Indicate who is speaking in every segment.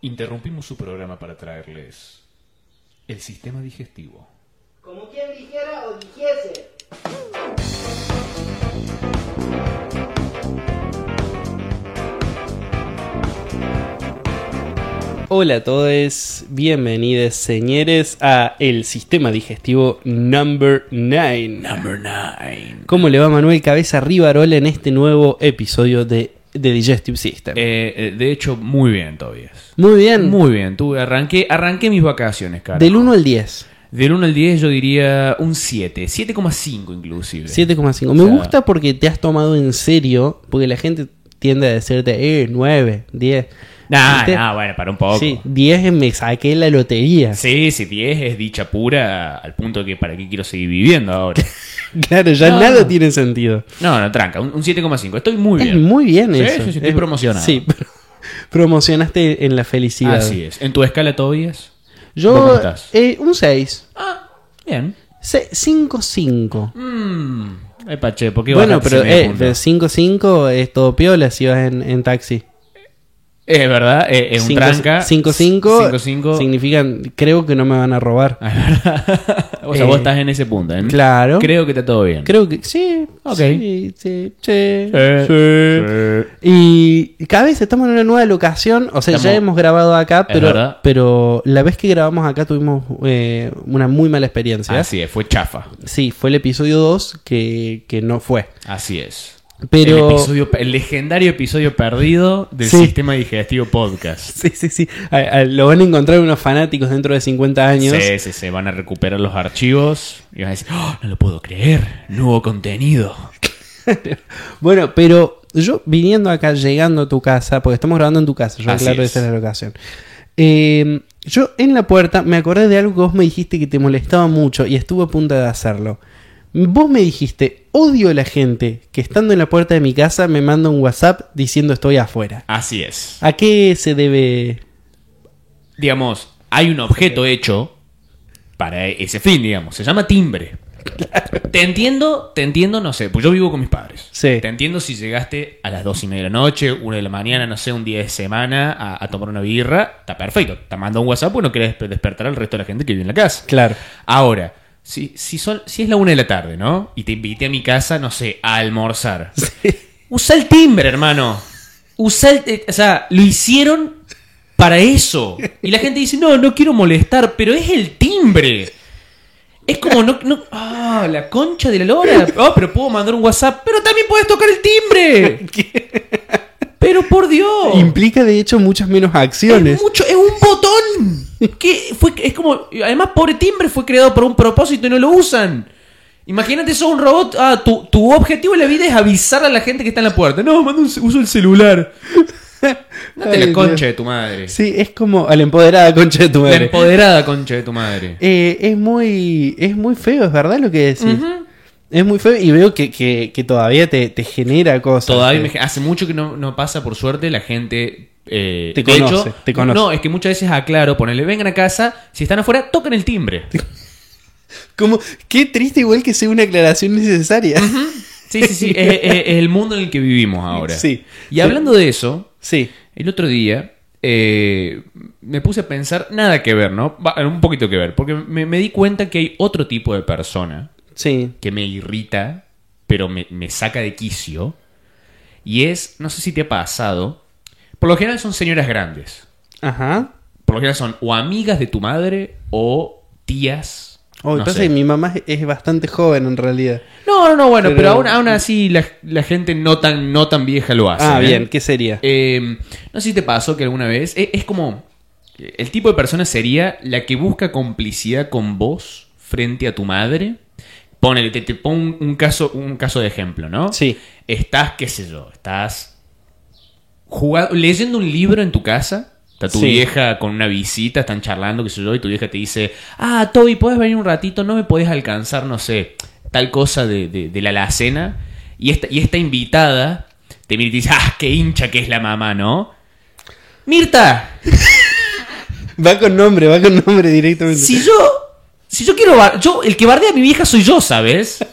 Speaker 1: Interrumpimos su programa para traerles el sistema digestivo.
Speaker 2: Como quien dijera o dijese.
Speaker 3: Hola a todos, bienvenidos señores a El Sistema Digestivo Number 9.
Speaker 1: Number 9.
Speaker 3: ¿Cómo le va Manuel Cabeza Rivarola en este nuevo episodio de The Digestive System?
Speaker 1: Eh, de hecho, muy bien, Tobias.
Speaker 3: Muy bien,
Speaker 1: Muy bien, tú arranqué, arranqué mis vacaciones, cara.
Speaker 3: del 1 al 10,
Speaker 1: Del 1 al 10 yo diría un 7, 7,5 inclusive.
Speaker 3: 7,5. Me
Speaker 1: O sea-
Speaker 3: gusta porque te has tomado en serio, porque la gente tiende a decirte, eh, 9, 10.
Speaker 1: Nah,
Speaker 3: ¿Viste?
Speaker 1: nah, bueno, para un poco.
Speaker 3: Sí,
Speaker 1: Sí.
Speaker 3: 10 me saqué la lotería.
Speaker 1: Sí, 10 es dicha pura al punto que para qué quiero seguir viviendo ahora.
Speaker 3: Claro, ya
Speaker 1: No.
Speaker 3: nada tiene sentido.
Speaker 1: No, no, tranca, un, un 7,5. Estoy muy
Speaker 3: Es
Speaker 1: bien.
Speaker 3: muy bien
Speaker 1: Sí,
Speaker 3: eso.
Speaker 1: sí, sí, estoy
Speaker 3: Es-
Speaker 1: promocionado.
Speaker 3: Sí, promocionaste en la felicidad.
Speaker 1: Así es. ¿En tu escala, Tobias? ¿Vos cómo
Speaker 3: Yo,
Speaker 1: estás?
Speaker 3: eh, un 6.
Speaker 1: Ah, bien.
Speaker 3: 5-5.
Speaker 1: Mmm. Ay, Pache, ¿por qué
Speaker 3: Bueno,
Speaker 1: bajaste
Speaker 3: pero
Speaker 1: ese medio
Speaker 3: eh,
Speaker 1: punto?
Speaker 3: de 5-5 es todo piola si vas en, en taxi.
Speaker 1: Es verdad, eh, es un
Speaker 3: Cinco-
Speaker 1: tranca.
Speaker 3: 5-5
Speaker 1: 5-5.
Speaker 3: significan, creo que no me van a robar.
Speaker 1: Ah, es verdad. o sea, vos
Speaker 3: Eh,
Speaker 1: estás en ese punto, ¿eh?
Speaker 3: Claro.
Speaker 1: Creo que está todo bien.
Speaker 3: Creo que sí.
Speaker 1: Ok.
Speaker 3: Sí, sí, sí,
Speaker 1: Sí,
Speaker 3: sí.
Speaker 1: sí.
Speaker 3: Y cada vez estamos en una nueva locación. O sea, ya
Speaker 1: Estamos-
Speaker 3: hemos grabado acá,
Speaker 1: Es
Speaker 3: pero,
Speaker 1: verdad.
Speaker 3: pero la vez que grabamos acá tuvimos eh, una muy mala experiencia.
Speaker 1: Así es, fue chafa.
Speaker 3: Sí, fue el episodio 2 que, que no fue.
Speaker 1: Así es.
Speaker 3: Pero.
Speaker 1: El, episodio- el legendario episodio perdido del
Speaker 3: Sí.
Speaker 1: Sistema Digestivo Podcast.
Speaker 3: Sí, sí, sí. A- a- lo van a encontrar unos fanáticos dentro de 50 años.
Speaker 1: Sí, sí, se van a recuperar los archivos y van a decir, "Oh, no lo puedo creer, nuevo contenido.
Speaker 3: Bueno, pero yo viniendo acá, llegando a tu casa, porque estamos grabando en tu casa, yo
Speaker 1: Así
Speaker 3: claro,
Speaker 1: es.
Speaker 3: esa es la locación. Eh, yo en la puerta me acordé de algo que vos me dijiste que te molestaba mucho y estuve a punto de hacerlo. Vos me dijiste, odio a la gente que estando en la puerta de mi casa me manda un WhatsApp diciendo estoy afuera.
Speaker 1: Así es.
Speaker 3: ¿A qué se debe?
Speaker 1: Digamos, hay un objeto hecho para ese fin, digamos. Se llama timbre. Te entiendo, te entiendo, no sé, pues yo vivo con mis padres.
Speaker 3: Sí.
Speaker 1: Te entiendo si llegaste a las dos y media de la noche, una de la mañana, no sé, un día de semana a, a tomar una birra, está perfecto. Te manda un WhatsApp, bueno, querés despe- despertar al resto de la gente que vive en la casa.
Speaker 3: Claro.
Speaker 1: Ahora, si, si, son, si es la una de la tarde, ¿no? Y te invité a mi casa, no sé, a almorzar. Usa el timbre, hermano. Usa el. eh, o sea, lo hicieron para eso. Y la gente dice, no, no quiero molestar, pero es el timbre. Es como no. no- Ah, la concha de la lora. Oh, pero puedo mandar un WhatsApp. Pero también puedes tocar el timbre. Pero por Dios.
Speaker 3: Implica de hecho muchas menos acciones.
Speaker 1: Es mucho, es un botón. Que fue, es como, además, pobre timbre fue creado para un propósito y no lo usan. Imagínate, sos un robot. Ah, tu, tu objetivo en la vida es avisar a la gente que está en la puerta. No, mando un ce- uso el celular. Date
Speaker 3: Ay,
Speaker 1: la
Speaker 3: Dios.
Speaker 1: concha de tu madre.
Speaker 3: Sí, es como a la empoderada concha de tu
Speaker 1: La
Speaker 3: madre.
Speaker 1: empoderada concha de tu madre.
Speaker 3: Eh, es muy es muy feo, es verdad lo que decís.
Speaker 1: Ujú.
Speaker 3: Es muy feo y veo que, que- que todavía te, te genera cosas.
Speaker 1: Todavía me
Speaker 3: Eh,
Speaker 1: gen- hace mucho que no, no pasa, por suerte, la gente. eh,
Speaker 3: Te
Speaker 1: de
Speaker 3: conoce,
Speaker 1: hecho,
Speaker 3: te conoce.
Speaker 1: No, es que muchas veces aclaro, ponele, vengan a casa, si están afuera, tocan el timbre.
Speaker 3: como, qué triste igual que sea una aclaración necesaria.
Speaker 1: Sí, sí, sí, es, es- es el mundo en el que vivimos ahora.
Speaker 3: Sí.
Speaker 1: Y hablando de eso,
Speaker 3: Sí.
Speaker 1: El otro día eh, me puse a pensar, nada que ver, ¿no? Va, un poquito que ver, porque me, me di cuenta que hay otro tipo de persona
Speaker 3: Sí.
Speaker 1: que me irrita, pero me, me saca de quicio, y es, no sé si te ha pasado, por lo general son señoras grandes,
Speaker 3: Ajá.
Speaker 1: por lo general son o amigas de tu madre o tías.
Speaker 3: Oh,
Speaker 1: no
Speaker 3: pasa
Speaker 1: sé.
Speaker 3: que mi mamá es- es bastante joven en realidad.
Speaker 1: No, no, no, bueno, pero,
Speaker 3: Pero-
Speaker 1: aún, aún así la, la gente no tan, no tan vieja lo hace.
Speaker 3: ah,
Speaker 1: ¿eh?
Speaker 3: bien, ¿qué sería?
Speaker 1: Eh, no sé si te pasó que alguna vez. e- Es, como. eh, El tipo de persona sería la que busca complicidad con vos frente a tu madre. Ponele, te, te pongo un, un caso, un caso de ejemplo, ¿no?
Speaker 3: Sí.
Speaker 1: Estás, qué sé yo, estás jugado, leyendo un libro en tu casa. Está tu
Speaker 3: Sí.
Speaker 1: vieja con una visita, están charlando, qué sé yo, y tu vieja te dice, ah, Toby, ¿puedes venir un ratito? No me podés alcanzar, no sé, tal cosa de, de- de la alacena. Y esta, y esta invitada te mira y te dice, ah, qué hincha que es la mamá, ¿no? Mirta,
Speaker 3: Va con nombre, va con nombre directamente.
Speaker 1: si yo, si yo quiero, bar- yo, el que bardea a mi vieja soy yo, ¿sabes?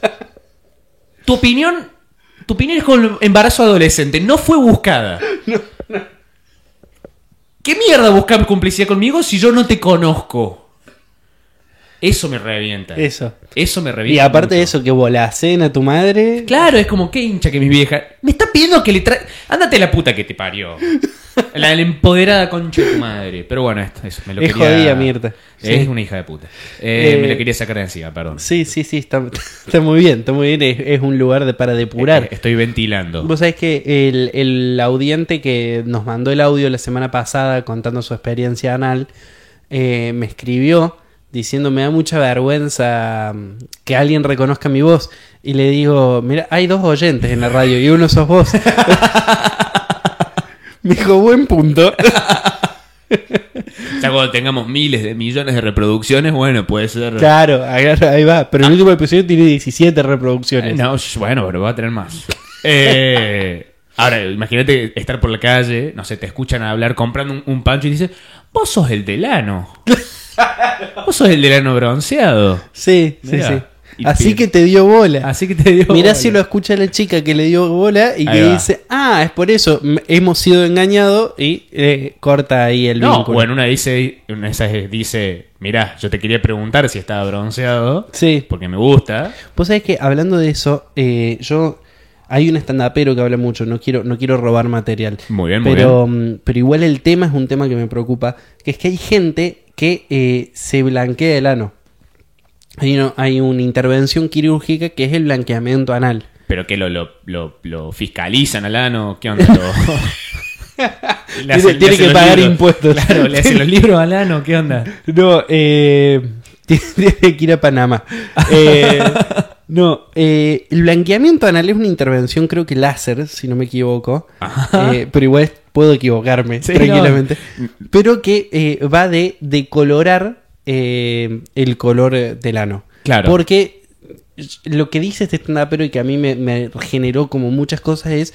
Speaker 1: Tu opinión, tu opinión es con el embarazo adolescente, no fue buscada. ¿Qué mierda buscar complicidad conmigo si yo no te conozco? Eso me revienta.
Speaker 3: Eso.
Speaker 1: Eso me revienta.
Speaker 3: Y aparte de
Speaker 1: mucho.
Speaker 3: eso, que vos la cena a tu madre.
Speaker 1: Claro, es como qué hincha que mi vieja. Me está pidiendo que le traiga. Ándate la puta que te parió. La, la empoderada concha de tu madre. Pero bueno, esto, eso me lo
Speaker 3: Es
Speaker 1: quería.
Speaker 3: jodida, Mirta.
Speaker 1: Es
Speaker 3: Sí.
Speaker 1: una hija de puta. Eh,
Speaker 3: Eh,
Speaker 1: me lo quería sacar de encima, perdón.
Speaker 3: Sí, sí, sí, está, está muy bien, está muy bien. Es, es un lugar de, para depurar.
Speaker 1: Eh, eh, Estoy ventilando.
Speaker 3: Vos sabés que el, el audiente que nos mandó el audio la semana pasada contando su experiencia anal, eh, me escribió diciendo me da mucha vergüenza mm, que alguien reconozca mi voz. Y le digo, mira, hay dos oyentes en la radio y uno sos vos. me dijo, buen punto.
Speaker 1: Ya cuando tengamos miles de millones de reproducciones, bueno, puede ser.
Speaker 3: claro, agarra- ahí va. Pero el último episodio tiene 17 reproducciones.
Speaker 1: Eh, No, sh- bueno, pero va a tener más. Eh, ahora, imagínate estar por la calle, no sé, te escuchan hablar comprando un, un pancho y dices, vos sos el delano. Vos sos el delano bronceado.
Speaker 3: Sí,
Speaker 1: Mirá.
Speaker 3: sí, sí.
Speaker 1: Y
Speaker 3: Así
Speaker 1: pide-
Speaker 3: que te dio bola.
Speaker 1: Así que te digo.
Speaker 3: Mirá
Speaker 1: bueno.
Speaker 3: si lo escucha la chica que le dio bola y
Speaker 1: Ahí
Speaker 3: que
Speaker 1: va.
Speaker 3: dice, ah, es por eso, m- hemos sido engañados y eh, corta ahí el
Speaker 1: No,
Speaker 3: vínculo.
Speaker 1: o en una dice, en una de esas dice, mirá, yo te quería preguntar si estaba bronceado,
Speaker 3: Sí,
Speaker 1: porque me gusta.
Speaker 3: vos sabés que hablando de eso, eh, yo, hay un estandapero que habla mucho, no quiero, no quiero robar material.
Speaker 1: Muy bien, muy
Speaker 3: Pero, mm, pero igual el tema es un tema que me preocupa, que es que hay gente que eh, se blanquea el ano. Hay, uno- hay una intervención quirúrgica que es el blanqueamiento anal.
Speaker 1: Pero que lo, lo, lo, lo fiscalizan al ano, ¿qué onda? Lo- Le hacen- le
Speaker 3: tiene
Speaker 1: hacen
Speaker 3: que
Speaker 1: los
Speaker 3: pagar
Speaker 1: libros.
Speaker 3: impuestos.
Speaker 1: Claro, le hacen los libros al ano, ¿qué onda?
Speaker 3: No, eh, tiene que ir a Panamá. Eh, no, eh, el blanqueamiento anal es una intervención, creo que láser, si no me equivoco. Eh, pero igual es- puedo equivocarme
Speaker 1: Sí,
Speaker 3: tranquilamente. Pero que eh, va de decolorar eh, el color eh, del ano.
Speaker 1: Claro.
Speaker 3: Porque lo que dice este stand pero y que a mí me, me generó como muchas cosas es.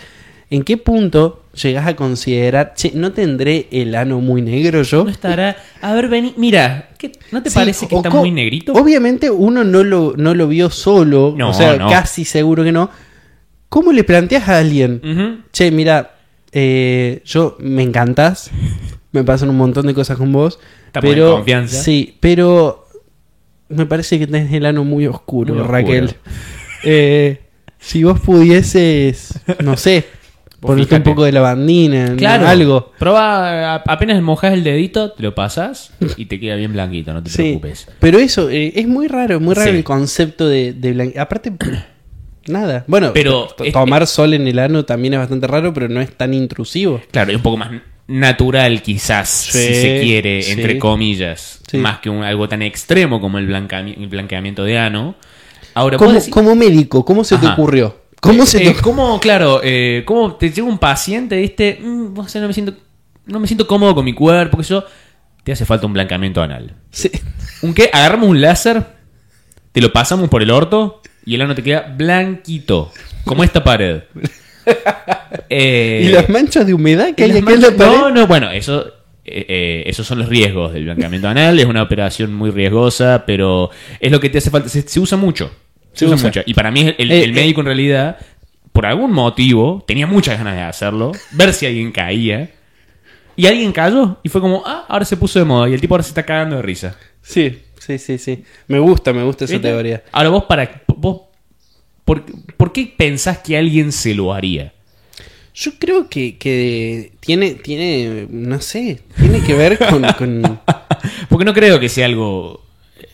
Speaker 3: ¿En qué punto llegas a considerar, che, no tendré el ano muy negro yo?
Speaker 1: No estará. A ver, vení. Mira, ¿qué- ¿no te
Speaker 3: Sí,
Speaker 1: parece que
Speaker 3: o
Speaker 1: está
Speaker 3: co-
Speaker 1: muy negrito?
Speaker 3: Obviamente uno no lo, no lo vio solo,
Speaker 1: No,
Speaker 3: o sea,
Speaker 1: no.
Speaker 3: casi seguro que no. ¿Cómo le planteas a alguien?
Speaker 1: Ujú.
Speaker 3: Che, mira, eh, yo me encantás, me pasan un montón de cosas con vos,
Speaker 1: Estamos en
Speaker 3: pero
Speaker 1: confianza.
Speaker 3: sí, pero me parece que tenés el ano muy oscuro,
Speaker 1: Muy oscuro.
Speaker 3: Raquel. Eh, si vos pudieses, no sé,
Speaker 1: Vos
Speaker 3: ponerte un
Speaker 1: fíjate.
Speaker 3: poco de lavandina,
Speaker 1: Claro.
Speaker 3: algo.
Speaker 1: Proba, a- apenas mojas el dedito, te lo pasas y te queda bien blanquito, no te
Speaker 3: Sí,
Speaker 1: preocupes.
Speaker 3: pero eso eh, es muy raro, es muy raro
Speaker 1: Sí.
Speaker 3: el concepto de, de blanque- Aparte, nada. Bueno,
Speaker 1: Pero
Speaker 3: to-
Speaker 1: es-
Speaker 3: tomar sol en el ano también es bastante raro, pero no es tan intrusivo.
Speaker 1: Claro, es un poco más natural quizás,
Speaker 3: Sí,
Speaker 1: si se quiere,
Speaker 3: sí.
Speaker 1: entre comillas.
Speaker 3: Sí.
Speaker 1: Más que un- algo tan extremo como el, blancami- el blanqueamiento de ano. Ahora,
Speaker 3: Como,
Speaker 1: ¿puedo decir-
Speaker 3: como médico, ¿cómo se te
Speaker 1: Ajá.
Speaker 3: ocurrió? ¿Cómo se te
Speaker 1: Eh, ¿Cómo, claro, eh, cómo te llega un paciente, viste, "Mm, vos sabés, no me siento no me siento cómodo con mi cuerpo, que yo te hace falta un blancamiento anal.
Speaker 3: Sí.
Speaker 1: ¿Un qué? Agarramos un láser, te lo pasamos por el orto y el ano te queda blanquito, como esta pared. Eh,
Speaker 3: ¿Y las manchas de humedad que
Speaker 1: y
Speaker 3: hay
Speaker 1: las
Speaker 3: aquí en la
Speaker 1: manchas- No,
Speaker 3: pared?
Speaker 1: no, bueno, eso, eh, eh, esos son los riesgos del blanqueamiento anal. Es una operación muy riesgosa, pero es lo que te hace falta. Se, se usa mucho. Se,
Speaker 3: Se
Speaker 1: usa,
Speaker 3: usa.
Speaker 1: mucho. Y para mí, el- el,
Speaker 3: Eh,
Speaker 1: el
Speaker 3: eh.
Speaker 1: médico en realidad, por algún motivo, tenía muchas ganas de hacerlo, ver si alguien caía. Y alguien cayó y fue como, ah, ahora se puso de moda. Y el tipo ahora se está cagando de risa.
Speaker 3: Sí, sí, sí, sí. Me gusta, me gusta esa
Speaker 1: ¿Viste?
Speaker 3: teoría.
Speaker 1: Ahora vos, para, vos por, ¿por qué pensás que alguien se lo haría?
Speaker 3: Yo creo que, que tiene, tiene, no sé, tiene que ver con- con
Speaker 1: Porque no creo que sea algo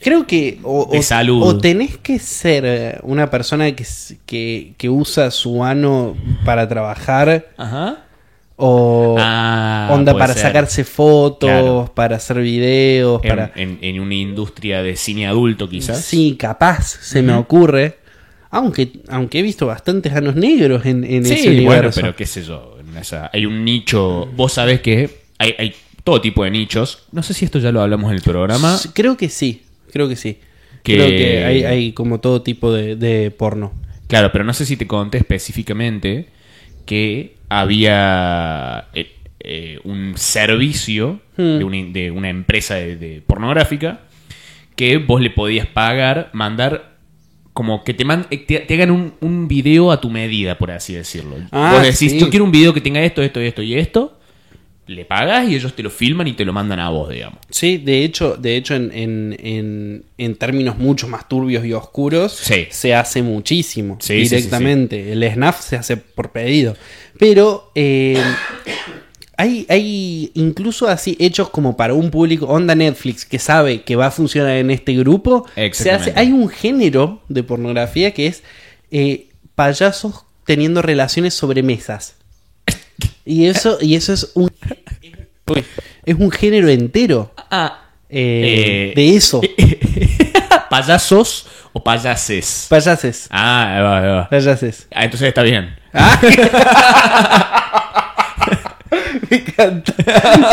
Speaker 3: Creo que o,
Speaker 1: De
Speaker 3: o-
Speaker 1: salud.
Speaker 3: o tenés que ser eh, una persona que, s- que, que usa su ano para trabajar
Speaker 1: Ajá.
Speaker 3: o
Speaker 1: Ah,
Speaker 3: onda
Speaker 1: puede
Speaker 3: para
Speaker 1: ser.
Speaker 3: sacarse fotos,
Speaker 1: Claro.
Speaker 3: para hacer videos,
Speaker 1: En,
Speaker 3: para...
Speaker 1: en- en una industria de cine adulto, quizás.
Speaker 3: Sí, capaz, se me ocurre. Aunque, aunque he visto bastantes anos negros en, en
Speaker 1: Sí,
Speaker 3: ese
Speaker 1: bueno,
Speaker 3: universo.
Speaker 1: pero qué sé yo. en esa- hay un nicho. Vos sabés que hay, hay todo tipo de nichos. No sé si esto ya lo hablamos en el programa.
Speaker 3: S- Creo que sí, creo que sí.
Speaker 1: Que-
Speaker 3: Creo que hay, hay como todo tipo de, de porno.
Speaker 1: Claro, pero no sé si te conté específicamente que había eh, eh, un servicio
Speaker 3: Hmm.
Speaker 1: de, una, in- de una empresa de, de pornográfica que vos le podías pagar, mandar como que te, man- eh, te, te hagan un, un video a tu medida, por así decirlo.
Speaker 3: Ah,
Speaker 1: vos decís,
Speaker 3: sí.
Speaker 1: yo quiero un video que tenga esto, esto, esto y esto. le pagas y ellos te lo filman y te lo mandan a vos, digamos.
Speaker 3: Sí, de hecho, de hecho en, en- en- en términos mucho más turbios y oscuros,
Speaker 1: Sí.
Speaker 3: se hace muchísimo
Speaker 1: Sí, sí, sí,
Speaker 3: directamente. El SNAF se hace por pedido. Pero eh, hay, hay incluso así hechos como para un público, onda Netflix, que sabe que va a funcionar en este grupo. Se
Speaker 1: Exactamente.
Speaker 3: hace, hay un género de pornografía que es eh, payasos teniendo relaciones sobre mesas. Y eso, y eso es un es un género entero. eh,
Speaker 1: Eh,
Speaker 3: de eso. ah.
Speaker 1: ¿Payasos o payases?
Speaker 3: Payases.
Speaker 1: Ah, ahí va, ahí va.
Speaker 3: Payases.
Speaker 1: Ah, entonces está bien.
Speaker 3: Me encanta.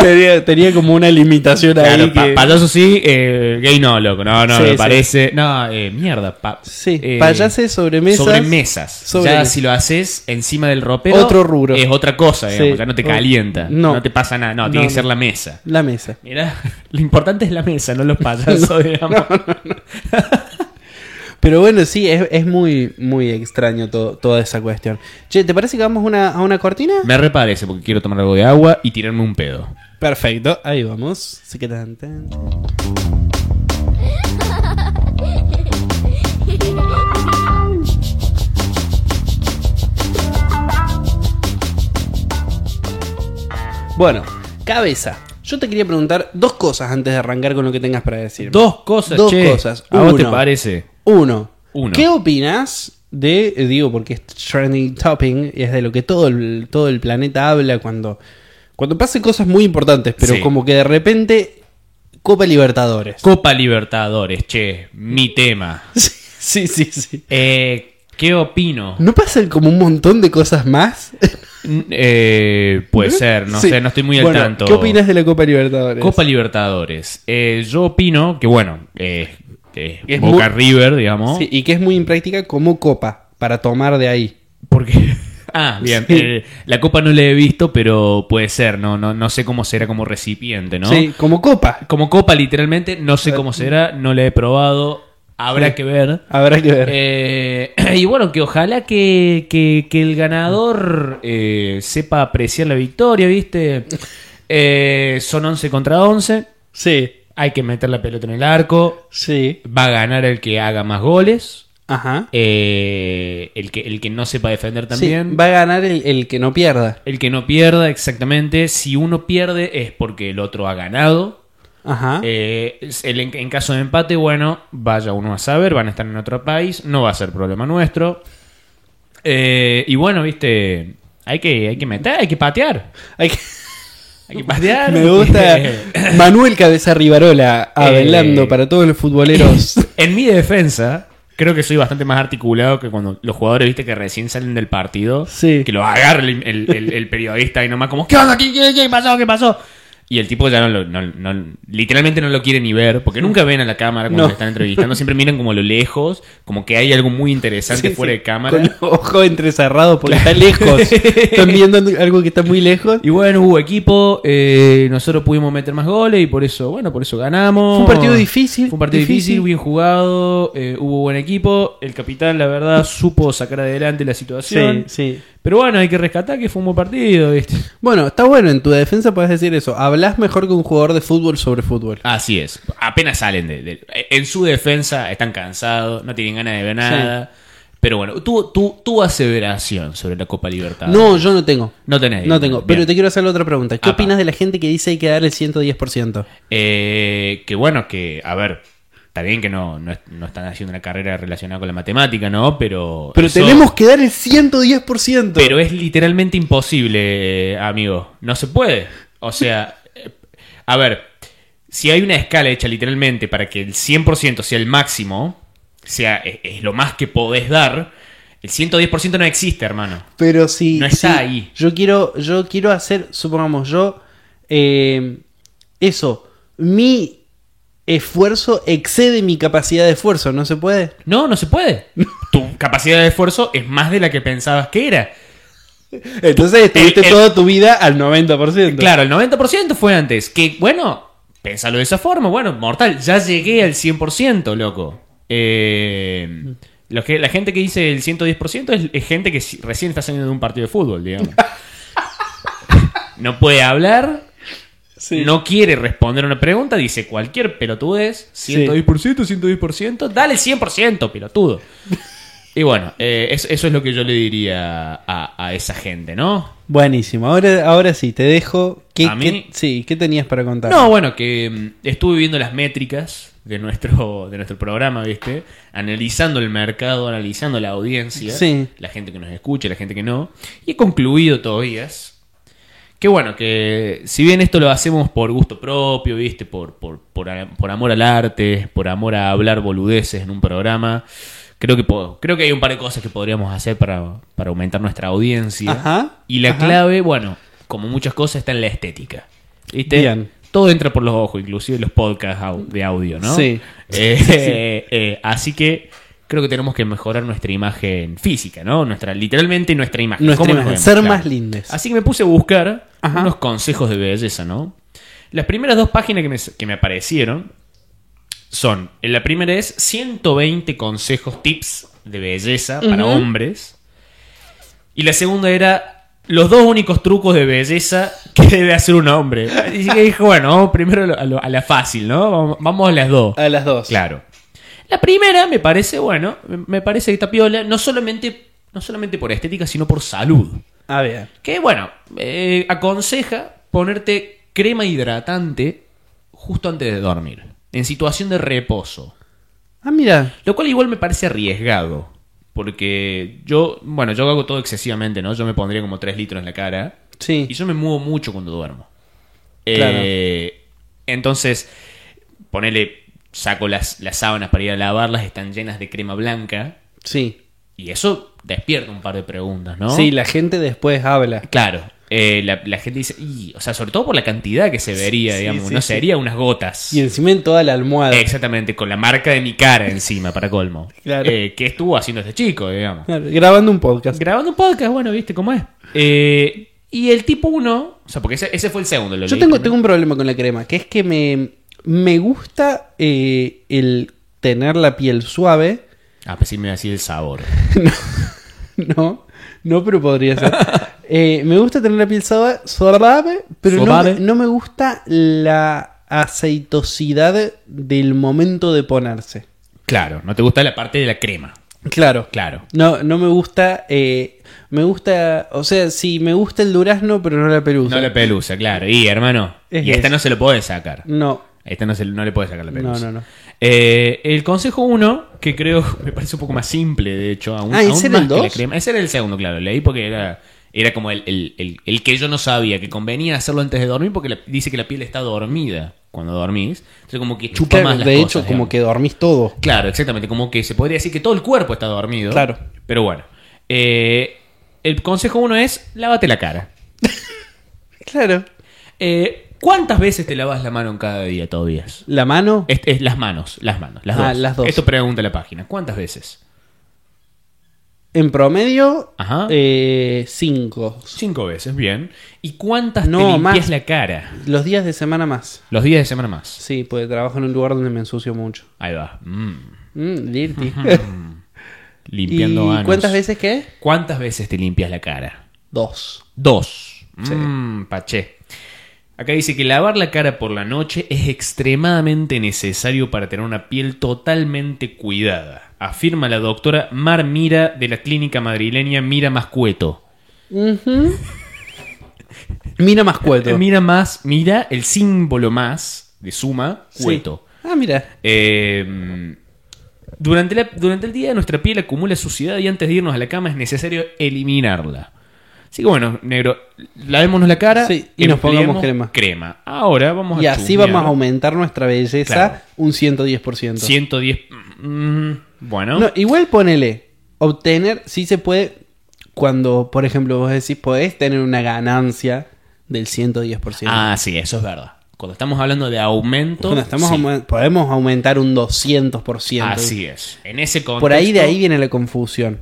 Speaker 3: tenía, tenía como una limitación ahí.
Speaker 1: Claro, pa-
Speaker 3: que-
Speaker 1: payaso sí, eh, gay no, loco. No, no,
Speaker 3: Sí,
Speaker 1: me
Speaker 3: sí.
Speaker 1: parece. No, eh, mierda. pa-
Speaker 3: sí,
Speaker 1: eh,
Speaker 3: payases sobre mesas.
Speaker 1: Sobre mesas.
Speaker 3: Sobre
Speaker 1: ya
Speaker 3: mesas.
Speaker 1: si lo haces encima del ropero.
Speaker 3: Otro rubro.
Speaker 1: Es otra cosa, digamos.
Speaker 3: Sí.
Speaker 1: Ya no te
Speaker 3: O-
Speaker 1: calienta.
Speaker 3: no.
Speaker 1: No. te pasa nada. No, tiene
Speaker 3: No,
Speaker 1: que ser
Speaker 3: no.
Speaker 1: la mesa.
Speaker 3: La mesa.
Speaker 1: Mira, lo importante es la mesa, no los payasos, digamos.
Speaker 3: Pero bueno, sí, es, es muy, muy extraño todo- toda esa cuestión. Che, ¿te parece que vamos una- a una cortina?
Speaker 1: Me reparece porque quiero tomar algo de agua y tirarme un pedo.
Speaker 3: Perfecto, ahí vamos. Sí que tan, tan. Bueno, cabeza. Yo te quería preguntar dos cosas antes de arrancar con lo que tengas para decir.
Speaker 1: Dos cosas,
Speaker 3: Dos
Speaker 1: che.
Speaker 3: cosas.
Speaker 1: ¿A vos te
Speaker 3: Uno.
Speaker 1: parece?
Speaker 3: Uno.
Speaker 1: Uno.
Speaker 3: ¿Qué opinas de, eh, digo, porque es trending topping, y es de lo que todo el, todo el planeta habla cuando, cuando pasan cosas muy importantes, pero
Speaker 1: Sí.
Speaker 3: como que de repente Copa Libertadores.
Speaker 1: Copa Libertadores, che. Mi tema.
Speaker 3: sí, sí, sí.
Speaker 1: Eh, ¿Qué opino?
Speaker 3: ¿No pasan como un montón de cosas más?
Speaker 1: N- eh, puede ser, no
Speaker 3: Sí.
Speaker 1: sé, no estoy muy al
Speaker 3: Bueno,
Speaker 1: tanto.
Speaker 3: ¿Qué opinas de la Copa Libertadores?
Speaker 1: Copa Libertadores. Eh, yo opino que, bueno, eh, eh,
Speaker 3: Es
Speaker 1: Boca
Speaker 3: muy-
Speaker 1: River, digamos.
Speaker 3: Sí, y que es muy impráctica como copa para tomar de ahí.
Speaker 1: Porque. Ah, bien.
Speaker 3: Sí.
Speaker 1: eh, la copa no la he visto, pero puede ser, no, no, no sé cómo será como recipiente, ¿no?
Speaker 3: Sí, como copa.
Speaker 1: Como copa, literalmente, no sé cómo será, no la he probado. Habrá
Speaker 3: Sí.
Speaker 1: que ver.
Speaker 3: Habrá que ver.
Speaker 1: Eh, y bueno, que ojalá que, que- que el ganador eh, sepa apreciar la victoria, ¿viste? Eh, son 11 contra 11.
Speaker 3: sí,
Speaker 1: Hay que meter la pelota en el arco.
Speaker 3: sí.
Speaker 1: Va a ganar el que haga más goles.
Speaker 3: Ajá.
Speaker 1: Eh, el, que, el que no sepa defender
Speaker 3: Sí,
Speaker 1: también.
Speaker 3: va a ganar el, el que no pierda.
Speaker 1: El que no pierda, exactamente. Si uno pierde es porque el otro ha ganado.
Speaker 3: Ajá.
Speaker 1: Eh, es- el- en, en caso de empate, bueno, vaya uno a saber, van a estar en otro país, no va a ser problema nuestro. Eh, y bueno, viste, hay que, hay que meter, hay que patear.
Speaker 3: Hay que-
Speaker 1: Hay que patear.
Speaker 3: Me gusta Manuel Cabeza Rivarola hablando
Speaker 1: Eh.
Speaker 3: para todos los futboleros.
Speaker 1: en mi defensa, creo que soy bastante más articulado que cuando los jugadores, viste, que recién salen del partido.
Speaker 3: Sí.
Speaker 1: Que lo agarra el, el- el- el periodista y nomás como, ¿qué onda? ¿Qué, qué, qué pasó? ¿Qué pasó? Y el tipo ya no lo, no- no- literalmente no lo quiere ni ver, porque nunca ven a la cámara cuando
Speaker 3: No.
Speaker 1: lo están entrevistando, siempre miran como a lo lejos, como que hay algo muy interesante
Speaker 3: Sí,
Speaker 1: fuera
Speaker 3: sí,
Speaker 1: de cámara.
Speaker 3: Con los ojos entrecerrados porque está lejos. Están viendo algo que está muy lejos.
Speaker 1: Y bueno, hubo equipo, eh, nosotros pudimos meter más goles y por eso, bueno, por eso ganamos.
Speaker 3: Fue un partido difícil,
Speaker 1: Fue un partido
Speaker 3: difícil.
Speaker 1: difícil, bien jugado, eh, hubo buen equipo. El capitán, la verdad, supo sacar adelante la situación.
Speaker 3: sí.
Speaker 1: Pero bueno, hay que rescatar que fue un buen partido, ¿viste?
Speaker 3: Bueno, está bueno, en tu defensa puedes decir eso. Hablas mejor que un jugador de fútbol sobre fútbol.
Speaker 1: Así es. Apenas salen de, de- en su defensa, están cansados, no tienen ganas de ver nada. Pero bueno, tu, tu, tu aseveración sobre la Copa Libertadores.
Speaker 3: No, yo no tengo.
Speaker 1: No tenés.
Speaker 3: No tengo. Pero
Speaker 1: Bien.
Speaker 3: te quiero hacer otra pregunta. ¿Qué
Speaker 1: Apa.
Speaker 3: opinas de la gente que dice hay que dar el 110%?
Speaker 1: Eh, que bueno, que, a ver, está bien que no, no, es- no están haciendo una carrera relacionada con la matemática, ¿no? Pero.
Speaker 3: Pero
Speaker 1: eso-
Speaker 3: tenemos que dar el 110%.
Speaker 1: Pero es literalmente imposible, eh, amigo. No se puede. O sea, eh, a ver, si hay una escala hecha literalmente para que el 100% sea el máximo, sea, es, es lo más que podés dar, el 110% no existe, hermano.
Speaker 3: Pero si.
Speaker 1: No está
Speaker 3: si
Speaker 1: ahí.
Speaker 3: Yo quiero, yo quiero hacer, supongamos, yo. eh, eso. Mi esfuerzo excede mi capacidad de esfuerzo, ¿no se puede?
Speaker 1: No, no se puede. Tu capacidad de esfuerzo es más de la que pensabas que era.
Speaker 3: Entonces estuviste
Speaker 1: el-
Speaker 3: toda tu vida al 90%.
Speaker 1: Eh, Claro, el 90% fue antes. Que, bueno, pensalo de esa forma. Bueno, mortal, ya llegué al 100%, loco. Eh, los que, la gente que dice el 110% es, es gente que si- recién está saliendo de un partido de fútbol, digamos. no puede hablar,
Speaker 3: Sí.
Speaker 1: no quiere responder una pregunta, dice cualquier pelotudez, 110%, 110%, dale 100%, pelotudo. Y bueno, eh, es- eso es lo que yo le diría a, a esa gente, ¿no?
Speaker 3: Buenísimo. Ahora, ahora sí, te dejo. ¿Qué,
Speaker 1: ¿A mí?
Speaker 3: qué- sí, ¿qué tenías para contar?
Speaker 1: No, bueno, que mm, estuve viendo las métricas de nuestro, de nuestro programa, ¿viste? Analizando el mercado, analizando la audiencia,
Speaker 3: Sí.
Speaker 1: la gente que nos escucha, la gente que no. Y he concluido todavía que, bueno, que si bien esto lo hacemos por gusto propio, ¿viste? Por, por, por, a- por amor al arte, por amor a hablar boludeces en un programa. Creo que, po- creo que hay un par de cosas que podríamos hacer para, para aumentar nuestra audiencia.
Speaker 3: Ajá,
Speaker 1: y la
Speaker 3: ajá.
Speaker 1: clave, bueno, como muchas cosas, está en la estética. ¿Viste?
Speaker 3: Bien.
Speaker 1: Todo entra por los ojos, inclusive los podcasts au- de audio, ¿no?
Speaker 3: Sí.
Speaker 1: Eh,
Speaker 3: Sí, sí.
Speaker 1: eh, eh, así que creo que tenemos que mejorar nuestra imagen física, ¿no? Nuestra, literalmente nuestra imagen.
Speaker 3: Nuestra
Speaker 1: ¿Cómo nos vemos?
Speaker 3: imagen, ser más lindes.
Speaker 1: Así que me puse a buscar
Speaker 3: Ajá.
Speaker 1: unos consejos de belleza, ¿no? Las primeras dos páginas que me, que me aparecieron son, la primera es 120 consejos, tips de belleza para
Speaker 3: Ujú.
Speaker 1: hombres. Y la segunda era los dos únicos trucos de belleza que debe hacer un hombre. Y que dije, bueno, vamos primero a, lo- a lo- a la fácil, ¿no? Vamos, vamos a las dos.
Speaker 3: A las dos.
Speaker 1: Claro. La primera me parece, bueno, me- me parece que está piola, no solamente, no solamente por estética, sino por salud.
Speaker 3: A ver.
Speaker 1: Que bueno, eh, aconseja ponerte crema hidratante justo antes de dormir, en situación de reposo.
Speaker 3: Ah, mira.
Speaker 1: Lo cual igual me parece arriesgado, porque yo, bueno, yo hago todo excesivamente, ¿no? Yo me pondría como 3 litros en la cara
Speaker 3: Sí.
Speaker 1: y yo me muevo mucho cuando duermo.
Speaker 3: Claro.
Speaker 1: Eh, entonces, ponele, saco las, las sábanas para ir a lavarlas, están llenas de crema blanca
Speaker 3: Sí.
Speaker 1: y eso despierta un par de preguntas, ¿no?
Speaker 3: Sí, la gente después habla.
Speaker 1: Claro. eh, la, la gente dice, "Y", o sea, sobre todo por la cantidad que se vería,
Speaker 3: sí,
Speaker 1: digamos,
Speaker 3: sí,
Speaker 1: no
Speaker 3: sí.
Speaker 1: sería unas gotas.
Speaker 3: Y encima en toda la almohada.
Speaker 1: Exactamente, con la marca de mi cara encima, para colmo.
Speaker 3: Claro.
Speaker 1: Eh, ¿Qué estuvo haciendo este chico, digamos?
Speaker 3: Claro, Grabando un podcast.
Speaker 1: Grabando un podcast, bueno, viste cómo es. Eh, y el tipo 1, o sea, porque ese, ese fue el segundo. lo
Speaker 3: Yo
Speaker 1: leí
Speaker 3: tengo,
Speaker 1: primero.
Speaker 3: tengo un problema con la crema, que es que me, me gusta eh, el tener la piel suave.
Speaker 1: Ah, pues sí me iba a decir el sabor.
Speaker 3: No, no, pero podría ser. Eh, me gusta tener la piel suave, suave, pero no, me-
Speaker 1: Suave.
Speaker 3: no me gusta la aceitosidad del momento de ponerse.
Speaker 1: Claro, no te gusta la parte de la crema.
Speaker 3: Claro.
Speaker 1: Claro.
Speaker 3: No, no me gusta. eh, me gusta. O sea, sí, me gusta el durazno, pero no la pelusa.
Speaker 1: No la pelusa, claro. Y hermano,
Speaker 3: Es
Speaker 1: y esta
Speaker 3: eso.
Speaker 1: no se lo puede sacar.
Speaker 3: No.
Speaker 1: Esta Este no, se- no le puede sacar la pelusa.
Speaker 3: No, no, no.
Speaker 1: Eh, el consejo 1, que creo me parece un poco más simple, de hecho, aún,
Speaker 3: Ah,
Speaker 1: aún
Speaker 3: ¿ese era
Speaker 1: más
Speaker 3: el
Speaker 1: que la
Speaker 3: dos?
Speaker 1: crema. Ese era el segundo, claro. Leí porque era, era como el, el- el- el que yo no sabía, que convenía hacerlo antes de dormir porque la- dice que la piel está dormida cuando dormís. Entonces, como que chupa
Speaker 3: Claro,
Speaker 1: más las
Speaker 3: de
Speaker 1: cosas.
Speaker 3: hecho, como
Speaker 1: digamos.
Speaker 3: que dormís todo.
Speaker 1: Claro, exactamente. Como que se podría decir que todo el cuerpo está dormido.
Speaker 3: Claro.
Speaker 1: Pero bueno. Eh, el consejo 1 es: lávate la cara.
Speaker 3: Claro.
Speaker 1: Eh, ¿Cuántas veces te lavas la mano en cada día, todavía?
Speaker 3: La mano.
Speaker 1: Es, es las manos, las manos, las,
Speaker 3: Ah,
Speaker 1: dos.
Speaker 3: las dos.
Speaker 1: Esto pregunta la página. ¿Cuántas veces?
Speaker 3: En promedio,
Speaker 1: Ajá.
Speaker 3: eh, cinco.
Speaker 1: Cinco veces, bien. ¿Y cuántas
Speaker 3: No,
Speaker 1: te limpias
Speaker 3: más.
Speaker 1: la cara?
Speaker 3: Los días de semana más.
Speaker 1: Los días de semana más.
Speaker 3: Sí, porque trabajo en un lugar donde me ensucio mucho.
Speaker 1: Ahí va. Mm.
Speaker 3: Mm, dirty.
Speaker 1: Limpiando
Speaker 3: ¿Y
Speaker 1: manos.
Speaker 3: cuántas veces qué?
Speaker 1: ¿Cuántas veces te limpias la cara?
Speaker 3: Dos.
Speaker 1: Dos.
Speaker 3: Sí.
Speaker 1: Mm, paché. Acá dice que lavar la cara por la noche es extremadamente necesario para tener una piel totalmente cuidada, afirma la doctora Mar Mira de la clínica madrileña Mira Mascueto.
Speaker 3: Ujú. Mira más
Speaker 1: Eh,
Speaker 3: cueto.
Speaker 1: Mira más, mira el símbolo más de suma,
Speaker 3: Sí.
Speaker 1: cueto.
Speaker 3: Ah, mira.
Speaker 1: Eh, durante, la- durante el día nuestra piel acumula suciedad y antes de irnos a la cama es necesario eliminarla. Así que bueno, negro, lavémonos la cara
Speaker 3: Sí, y nos
Speaker 1: empleemos
Speaker 3: pongamos crema.
Speaker 1: Ahora vamos a
Speaker 3: Y así
Speaker 1: chusmear.
Speaker 3: vamos a aumentar nuestra belleza
Speaker 1: Claro.
Speaker 3: un 110%.
Speaker 1: 110. mm, bueno,
Speaker 3: No, igual ponele, obtener, sí se puede, cuando, por ejemplo, vos decís, podés tener una ganancia del 110%.
Speaker 1: ah, sí, eso es verdad. Cuando estamos hablando de aumento,
Speaker 3: Cuando estamos
Speaker 1: sí, Ah,
Speaker 3: aumen- podemos aumentar un 200%.
Speaker 1: así es. En ese contexto,
Speaker 3: Por ahí de ahí viene la confusión.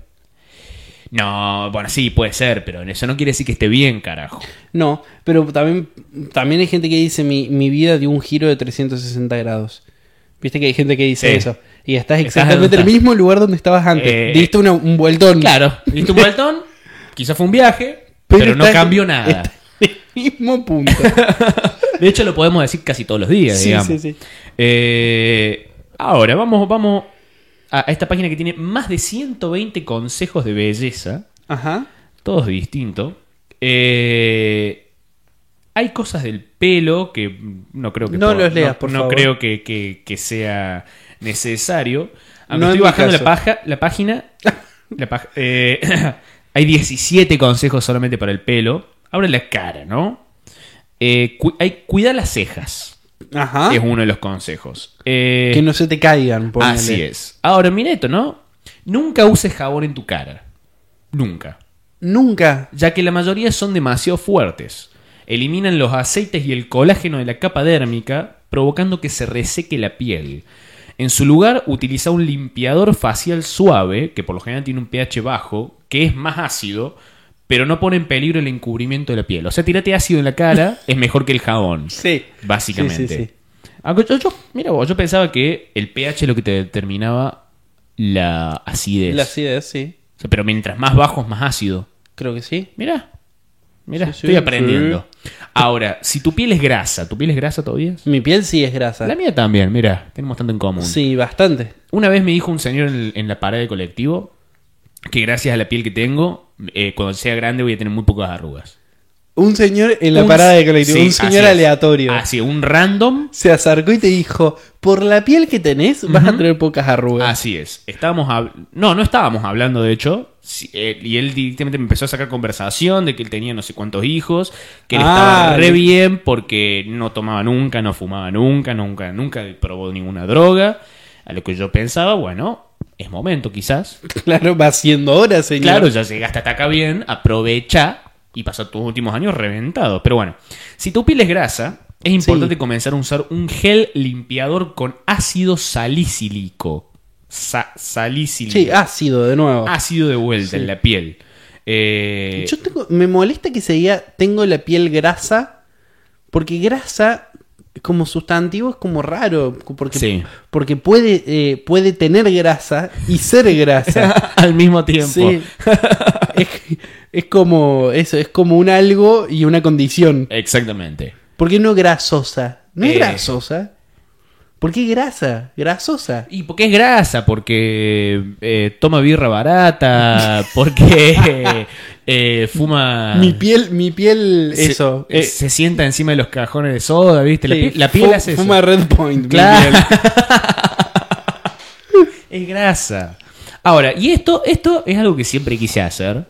Speaker 1: No, bueno, sí, puede ser, pero eso no quiere decir que esté bien, carajo.
Speaker 3: No, pero también, también hay gente que dice, mi, mi vida dio un giro de 360 grados. Viste que hay gente que dice
Speaker 1: Sí.
Speaker 3: eso. Y estás
Speaker 1: Estás
Speaker 3: exactamente en el
Speaker 1: donde estás.
Speaker 3: mismo lugar donde estabas antes.
Speaker 1: Eh,
Speaker 3: Diste una- un vueltón.
Speaker 1: Claro, diste un vueltón, quizás fue un viaje, pero, no
Speaker 3: estás-
Speaker 1: cambió nada.
Speaker 3: estás- mismo punto.
Speaker 1: De hecho, lo podemos decir casi todos los días,
Speaker 3: Sí,
Speaker 1: digamos.
Speaker 3: sí, sí.
Speaker 1: Eh, ahora, vamos, vamos a a esta página que tiene más de 120 consejos de belleza,
Speaker 3: Ajá.
Speaker 1: todos distintos. Eh, hay cosas del pelo que no creo que
Speaker 3: No los leas,
Speaker 1: no-
Speaker 3: por
Speaker 1: no
Speaker 3: favor.
Speaker 1: creo que, que- que sea necesario. Aunque
Speaker 3: No en
Speaker 1: estoy
Speaker 3: mi
Speaker 1: bajando la,
Speaker 3: caso.
Speaker 1: paja- la página. la paja- eh, hay 17 consejos solamente para el pelo. Ahora la cara, ¿no? Eh, cu- hay, cuida las cejas
Speaker 3: Ajá.
Speaker 1: es uno de los consejos. Eh,
Speaker 3: Ah. Que no se te caigan. ponele.
Speaker 1: así es. Ahora, mira esto, ¿no? Nunca uses jabón en tu cara. Nunca.
Speaker 3: Nunca.
Speaker 1: Ya que la mayoría son demasiado fuertes. Eliminan los aceites y el colágeno de la capa dérmica, provocando que se reseque la piel. En su lugar, utiliza un limpiador facial suave, que por lo general tiene un pH bajo, que es más ácido, pero no pone en peligro el encubrimiento de la piel. O sea, tirate ácido en la cara es mejor que el jabón
Speaker 3: Sí.
Speaker 1: básicamente.
Speaker 3: Sí, sí, sí.
Speaker 1: Aunque yo, yo- mira vos, yo pensaba que el pH es lo que te determinaba la acidez.
Speaker 3: La acidez, sí.
Speaker 1: O sea, pero mientras más bajo es más ácido.
Speaker 3: Creo que sí.
Speaker 1: Mira, mira,
Speaker 3: Sí, sí,
Speaker 1: estoy aprendiendo. Ahora, si tu piel es grasa, ¿tu piel es grasa todavía?
Speaker 3: Mi piel sí es grasa.
Speaker 1: La mía también, mira, tenemos tanto en común.
Speaker 3: Sí, bastante.
Speaker 1: Una vez me dijo un señor en, en la parada de colectivo que gracias a la piel que tengo, eh, cuando sea grande voy a tener muy pocas arrugas.
Speaker 3: Un señor en la
Speaker 1: Un-
Speaker 3: parada de colectivo.
Speaker 1: Sí,
Speaker 3: un
Speaker 1: así
Speaker 3: señor
Speaker 1: es.
Speaker 3: aleatorio.
Speaker 1: Así, un random
Speaker 3: Se acercó y te dijo: Por la piel que tenés, vas a tener pocas arrugas.
Speaker 1: Así es. Estábamos hab- No, no estábamos hablando, de hecho. Sí, eh, y él directamente me empezó a sacar conversación de que él tenía no sé cuántos hijos, que él
Speaker 3: Ah,
Speaker 1: estaba re
Speaker 3: bien.
Speaker 1: bien porque no tomaba nunca, no fumaba nunca, nunca, nunca probó ninguna droga. A lo que yo pensaba, bueno, es momento quizás.
Speaker 3: Claro, va siendo hora, señor.
Speaker 1: Claro, ya llegaste hasta acá bien, aprovecha y pasa tus últimos años reventado. Pero bueno, si tu piel es grasa, es importante comenzar a usar un gel limpiador con ácido salicílico. Sa- salicílico.
Speaker 3: Sí, ah, ácido de nuevo.
Speaker 1: ácido de vuelta en la piel. Eh,
Speaker 3: Yo tengo- me molesta que se diga tengo la piel grasa, porque grasa como sustantivo es como raro, porque,
Speaker 1: Sí.
Speaker 3: porque puede, eh, puede tener grasa y ser grasa.
Speaker 1: al mismo tiempo.
Speaker 3: Sí. es, es como eso, es como un algo y una condición.
Speaker 1: Exactamente.
Speaker 3: ¿Por qué no grasosa? No es
Speaker 1: Eh.
Speaker 3: grasosa. ¿Por qué grasa? Grasosa.
Speaker 1: ¿Y por qué es grasa? Porque eh, toma birra barata, porque eh, fuma...
Speaker 3: Mi piel, mi piel,
Speaker 1: Se-
Speaker 3: eso.
Speaker 1: eh,
Speaker 3: eh,
Speaker 1: se sienta encima de los cajones de soda, ¿viste? La,
Speaker 3: sí,
Speaker 1: piel- la piel
Speaker 3: fu-
Speaker 1: hace eso.
Speaker 3: Fuma Red Point. mi
Speaker 1: Claro.
Speaker 3: piel.
Speaker 1: Es grasa. Ahora, y esto, esto es algo que siempre quise hacer,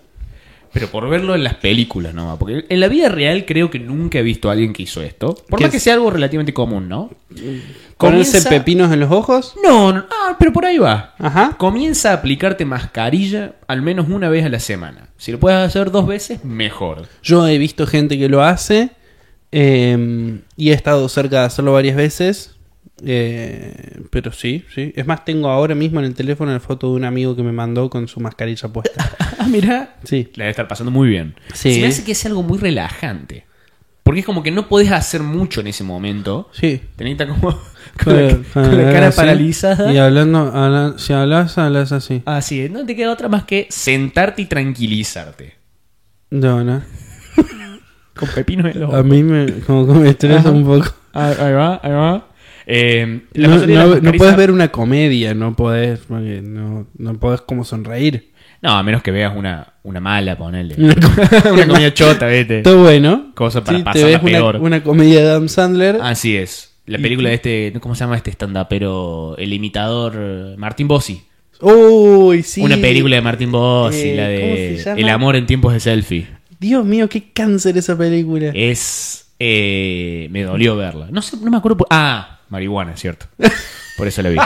Speaker 1: pero por verlo en las películas nomás. Porque en la vida real creo que nunca he visto a alguien que hizo esto. Por
Speaker 3: ¿Qué
Speaker 1: más que
Speaker 3: es? Mm,
Speaker 1: sea algo relativamente común, ¿no?
Speaker 3: Ponerse
Speaker 1: Comienza-
Speaker 3: pepinos en los ojos.
Speaker 1: No, no, ah, pero por ahí va.
Speaker 3: Ajá.
Speaker 1: Comienza a aplicarte mascarilla al menos una vez a la semana. Si lo puedes hacer dos veces, mejor.
Speaker 3: Yo he visto gente que lo hace eh, y he estado cerca de hacerlo varias veces. eh, pero sí, sí. Es más, tengo ahora mismo en el teléfono la foto de un amigo que me mandó con su mascarilla puesta.
Speaker 1: Ah, mira.
Speaker 3: Sí.
Speaker 1: La debe estar pasando muy bien.
Speaker 3: Sí.
Speaker 1: Se me hace que es algo muy relajante. Porque es como que no podés hacer mucho en ese momento.
Speaker 3: Sí.
Speaker 1: Tenés que estar como con la, con la cara
Speaker 3: Así.
Speaker 1: paralizada.
Speaker 3: ah, Y hablando, habla- si hablas, hablas así.
Speaker 1: Así es, no te queda otra más que sentarte y tranquilizarte.
Speaker 3: No, no.
Speaker 1: Con pepino en los
Speaker 3: A mí me, como que me estresa
Speaker 1: Ajá.
Speaker 3: un poco.
Speaker 1: Ahí, ahí va, ahí va. Eh, la
Speaker 3: No,
Speaker 1: mayoría de
Speaker 3: no-
Speaker 1: las
Speaker 3: no
Speaker 1: mascarillas-
Speaker 3: puedes ver una comedia, no podés, porque no, no podés como sonreír.
Speaker 1: No, a menos que veas una, una mala, ponele.
Speaker 3: Una com-
Speaker 1: una comida chota, vete.
Speaker 3: Está bueno.
Speaker 1: Cosa para
Speaker 3: Sí, te
Speaker 1: pasarla
Speaker 3: ves una,
Speaker 1: peor. Ah.
Speaker 3: una comedia de Adam Sandler.
Speaker 1: Así es. La película de este, ¿cómo se llama este stand-up? Pero el imitador eh, Martín Bossi.
Speaker 3: Uy, sí.
Speaker 1: Una película de Martín Bossi,
Speaker 3: Eh,
Speaker 1: la
Speaker 3: ¿cómo se
Speaker 1: de
Speaker 3: llama?
Speaker 1: El amor en tiempos de selfie.
Speaker 3: Dios mío, qué cáncer esa película.
Speaker 1: Es. eh, me dolió verla. No sé, no me acuerdo. por- ah, marihuana, cierto. Por eso la vi.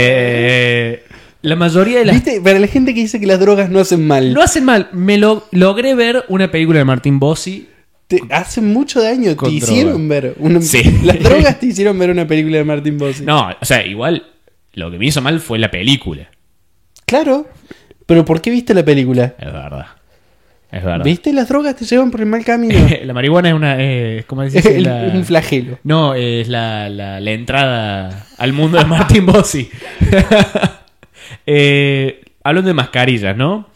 Speaker 1: Eh, la mayoría de las.
Speaker 3: ¿Viste? Para la gente que dice que las drogas no hacen mal.
Speaker 1: Lo hacen mal. Me lo, logré ver una película de Martín Bossi.
Speaker 3: Te hacen mucho daño.
Speaker 1: Con
Speaker 3: te hicieron ver. una-
Speaker 1: Sí.
Speaker 3: Las drogas te hicieron ver una película de Martin Bossi.
Speaker 1: No, o sea, igual. Lo que me hizo mal fue la película.
Speaker 3: Claro. Pero ¿por qué viste la película?
Speaker 1: Es verdad. Es verdad.
Speaker 3: ¿Viste? Las drogas te llevan por el mal camino.
Speaker 1: la marihuana es una. eh, ¿Cómo decís?
Speaker 3: El-
Speaker 1: La-
Speaker 3: Un flagelo.
Speaker 1: No, es la, la- la entrada al mundo de Martin Bossi. Eh, hablando de mascarillas, ¿no?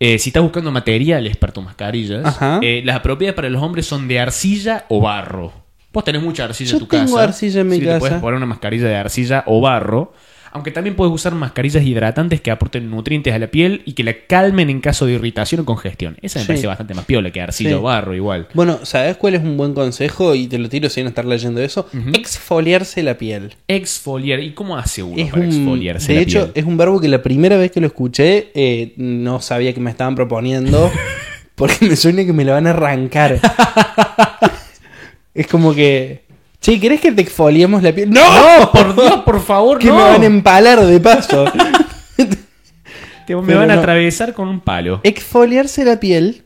Speaker 1: Eh, si estás buscando materiales para tus mascarillas,
Speaker 3: Ajá.
Speaker 1: eh, las propiedades para los hombres son de arcilla o barro. Vos tenés mucha arcilla
Speaker 3: Yo
Speaker 1: en tu casa.
Speaker 3: tengo arcilla en mi
Speaker 1: Sí, te
Speaker 3: casa.
Speaker 1: puedes poner una mascarilla de arcilla o barro. Aunque también puedes usar mascarillas hidratantes que aporten nutrientes a la piel y que la calmen en caso de irritación o congestión. Esa me
Speaker 3: Sí.
Speaker 1: parece bastante más piola que arcilla
Speaker 3: Sí.
Speaker 1: o barro igual.
Speaker 3: Bueno, ¿sabes cuál es un buen consejo? Y te lo tiro sin estar leyendo eso. Exfoliarse la piel.
Speaker 1: Exfoliar. ¿Y cómo hace uno
Speaker 3: Es
Speaker 1: para
Speaker 3: un-
Speaker 1: exfoliarse
Speaker 3: de
Speaker 1: la
Speaker 3: hecho,
Speaker 1: piel?
Speaker 3: es un verbo que la primera vez que lo escuché eh, no sabía que me estaban proponiendo porque me suena que me lo van a arrancar. es como que... Che, ¿querés que te exfoliemos la piel? ¡No!
Speaker 1: ¡No! Oh, ¡Por Dios, por favor,
Speaker 3: que
Speaker 1: no!
Speaker 3: me van a em- empalar de paso.
Speaker 1: Te- me
Speaker 3: Pero
Speaker 1: van a
Speaker 3: no.
Speaker 1: atravesar con un palo.
Speaker 3: Exfoliarse la piel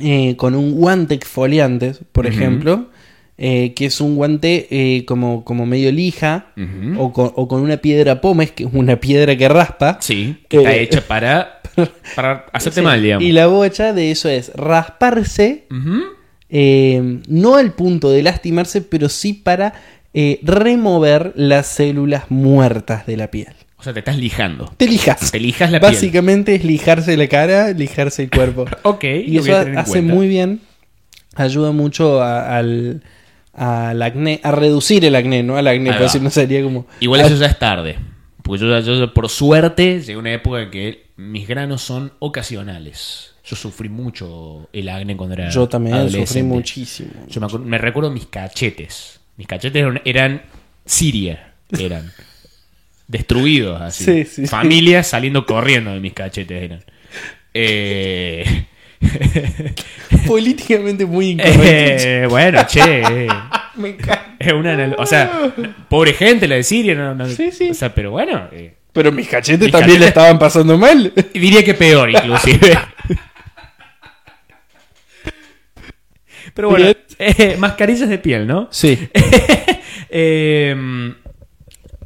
Speaker 3: eh, con un guante exfoliante, por
Speaker 1: Ujú.
Speaker 3: ejemplo, eh, que es un guante eh, como, como medio lija
Speaker 1: Ujú.
Speaker 3: Eh, o, con, o con una piedra pómez, que es una piedra que raspa.
Speaker 1: Sí, que está
Speaker 3: Eh,
Speaker 1: hecha para, para hacerte
Speaker 3: Sí,
Speaker 1: mal, digamos.
Speaker 3: Y la bocha de eso es rasparse,
Speaker 1: Ujú.
Speaker 3: eh, no al punto de lastimarse, pero sí para eh, remover las células muertas de la piel.
Speaker 1: O sea, te estás lijando.
Speaker 3: Te lijas.
Speaker 1: Te lijas la piel.
Speaker 3: Básicamente es lijarse la cara, lijarse el cuerpo.
Speaker 1: Ok,
Speaker 3: y
Speaker 1: lo voy
Speaker 3: eso
Speaker 1: a tener en
Speaker 3: hace
Speaker 1: cuenta.
Speaker 3: muy bien. Ayuda mucho a- al, al acné, a reducir el acné, ¿no? Al acné,
Speaker 1: Ahí
Speaker 3: por
Speaker 1: va.
Speaker 3: decir, no sería como.
Speaker 1: Igual
Speaker 3: Ah.
Speaker 1: eso ya es tarde. Porque yo, ya- yo ya, por suerte, llegué a una época en que mis granos son ocasionales. Yo sufrí mucho el acné cuando era
Speaker 3: Yo también sufrí
Speaker 1: adolescente.
Speaker 3: muchísimo.
Speaker 1: Yo me, acuerdo- me recuerdo mis cachetes. Mis cachetes eran, eran Siria. Eran destruidos así.
Speaker 3: Sí, sí, sí.
Speaker 1: Familias saliendo corriendo de mis cachetes eran. Eh,
Speaker 3: Políticamente muy incorrecto.
Speaker 1: eh, bueno, che. eh. Es una anal- o sea, pobre gente la de Siria. No, no-
Speaker 3: Sí, sí.
Speaker 1: O sea, pero bueno. eh,
Speaker 3: Pero mis cachetes
Speaker 1: Mis
Speaker 3: también le
Speaker 1: cachetes-
Speaker 3: estaban pasando mal.
Speaker 1: diría que peor, inclusive. pero bueno,
Speaker 3: Bien.
Speaker 1: eh, mascarillas de piel, ¿no?
Speaker 3: Sí.
Speaker 1: Eh,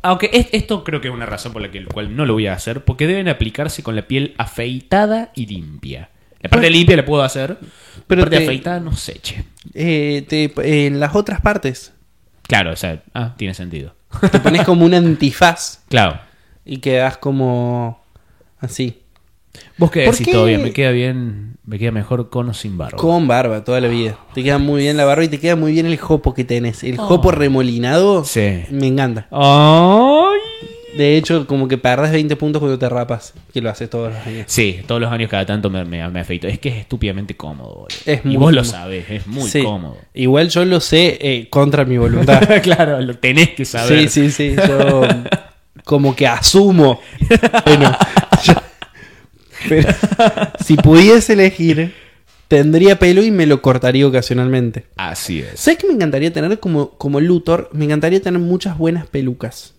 Speaker 1: aunque es- esto creo que es una razón por la que el cual no lo voy a hacer, porque deben aplicarse con la piel afeitada y limpia. La parte
Speaker 3: Bueno.
Speaker 1: limpia la puedo hacer,
Speaker 3: Pero
Speaker 1: Pues- pero la parte
Speaker 3: te-
Speaker 1: afeitada no sé, che.
Speaker 3: Eh, te- en las otras partes
Speaker 1: Claro, o sea, ah, tiene sentido.
Speaker 3: te pones como un antifaz
Speaker 1: Claro.
Speaker 3: y quedas como así,
Speaker 1: ¿Vos qué
Speaker 3: ¿Por
Speaker 1: decís
Speaker 3: qué?
Speaker 1: todavía? Me queda bien, me queda mejor con o sin barba.
Speaker 3: con barba toda la vida. Te queda muy bien la barba y te queda muy bien el jopo que tenés. El
Speaker 1: Oh.
Speaker 3: jopo remolinado
Speaker 1: Sí.
Speaker 3: me encanta.
Speaker 1: Ay.
Speaker 3: De hecho, como que perdés 20 puntos cuando te rapas, que lo haces todos los años.
Speaker 1: Sí, todos los años cada tanto me, me, me afeito. Es que es estúpidamente cómodo, boludo.
Speaker 3: Es
Speaker 1: y
Speaker 3: muy
Speaker 1: vos lo
Speaker 3: cómodo.
Speaker 1: sabés, es muy
Speaker 3: Sí.
Speaker 1: cómodo.
Speaker 3: Igual yo lo sé eh, contra mi voluntad.
Speaker 1: claro, lo tenés que saber.
Speaker 3: Sí, sí, sí. Yo como que asumo. Bueno, yo- pero si pudiese elegir, tendría pelo y me lo cortaría ocasionalmente.
Speaker 1: Así es.
Speaker 3: ¿Sabes que me encantaría tener como, como Luthor? Me encantaría tener muchas buenas pelucas.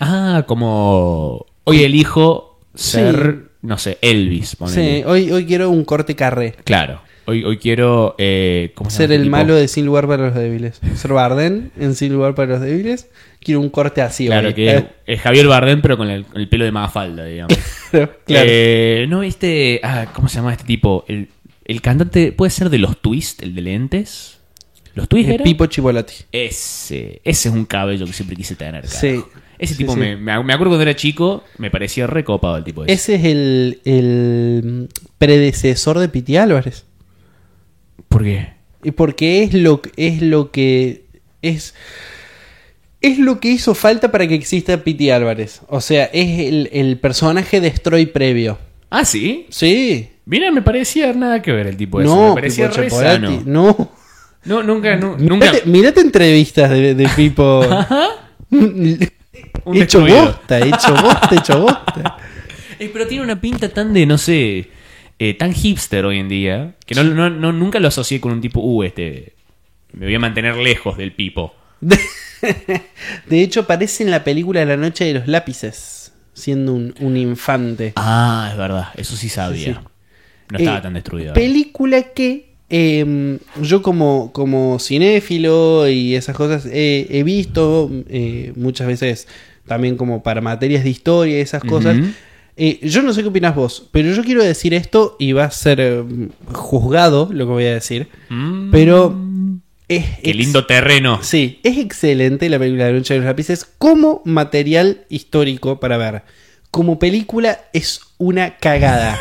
Speaker 1: Ah, como hoy elijo ser, no sé, Elvis. ponele.
Speaker 3: Sí, hoy, hoy quiero un corte carré.
Speaker 1: Claro. Hoy, hoy quiero eh, ¿cómo se
Speaker 3: Ser
Speaker 1: llama este
Speaker 3: el
Speaker 1: tipo?
Speaker 3: malo de Sin Lugar para los Débiles. Ser Barden en Sin Lugar para los Débiles. Quiero un corte así. hoy.
Speaker 1: Claro, que es,
Speaker 3: Eh,
Speaker 1: es Javier Bardem, pero con el, con el pelo de Mafalda, digamos.
Speaker 3: claro, claro.
Speaker 1: Eh, ¿No viste? Ah, ¿Cómo se llama este tipo? El, el cantante, ¿puede ser de los Twist, el de lentes? ¿Los Twist
Speaker 3: Eh,
Speaker 1: era?
Speaker 3: Pipo Chivolati.
Speaker 1: Ese, ese es un cabello que siempre quise tener, carajo.
Speaker 3: Sí.
Speaker 1: Ese
Speaker 3: Sí,
Speaker 1: tipo,
Speaker 3: sí.
Speaker 1: Me, me me acuerdo cuando era chico, me parecía recopado el tipo ese.
Speaker 3: Ese es el, el predecesor de Piti Álvarez.
Speaker 1: ¿Por qué?
Speaker 3: Y porque es lo, es lo que. Es, es lo que hizo falta para que exista Piti Álvarez. O sea, es el, el personaje destroy previo.
Speaker 1: Ah, ¿sí?
Speaker 3: Sí.
Speaker 1: Mira, me parecía nada que ver el tipo ese.
Speaker 3: no,
Speaker 1: Pues, me parecía
Speaker 3: Pipo
Speaker 1: re
Speaker 3: Chipolati,
Speaker 1: sano.
Speaker 3: No. Este
Speaker 1: No, nunca, nu- nunca.
Speaker 3: Mirate, mirate entrevistas de, de Pipo.
Speaker 1: Ajá. Un
Speaker 3: hecho
Speaker 1: destruido.
Speaker 3: bosta, hecho bosta, hecho bosta.
Speaker 1: Eh, pero tiene una pinta tan de, no sé, eh, tan hipster hoy en día, que no, no, no- nunca lo asocié con un tipo, uh, este, me voy a mantener lejos del pipo.
Speaker 3: De, de hecho, aparece en la película La Noche de los Lápices, siendo un, un infante.
Speaker 1: Ah, es verdad, eso sí sabía.
Speaker 3: Sí, sí.
Speaker 1: No estaba
Speaker 3: Eh,
Speaker 1: tan destruido.
Speaker 3: Película que eh, yo como, como cinéfilo y esas cosas eh, he visto eh, muchas veces también como para materias de historia y esas cosas.
Speaker 1: Ujú.
Speaker 3: Eh, yo no sé qué opinas vos, pero yo quiero decir esto y va a ser eh, juzgado lo que voy a decir.
Speaker 1: Mm,
Speaker 3: Pero es,
Speaker 1: Qué
Speaker 3: ex-
Speaker 1: lindo terreno.
Speaker 3: Sí, es excelente la película de La Noche de los Lápices como material histórico para ver. Como película es una cagada.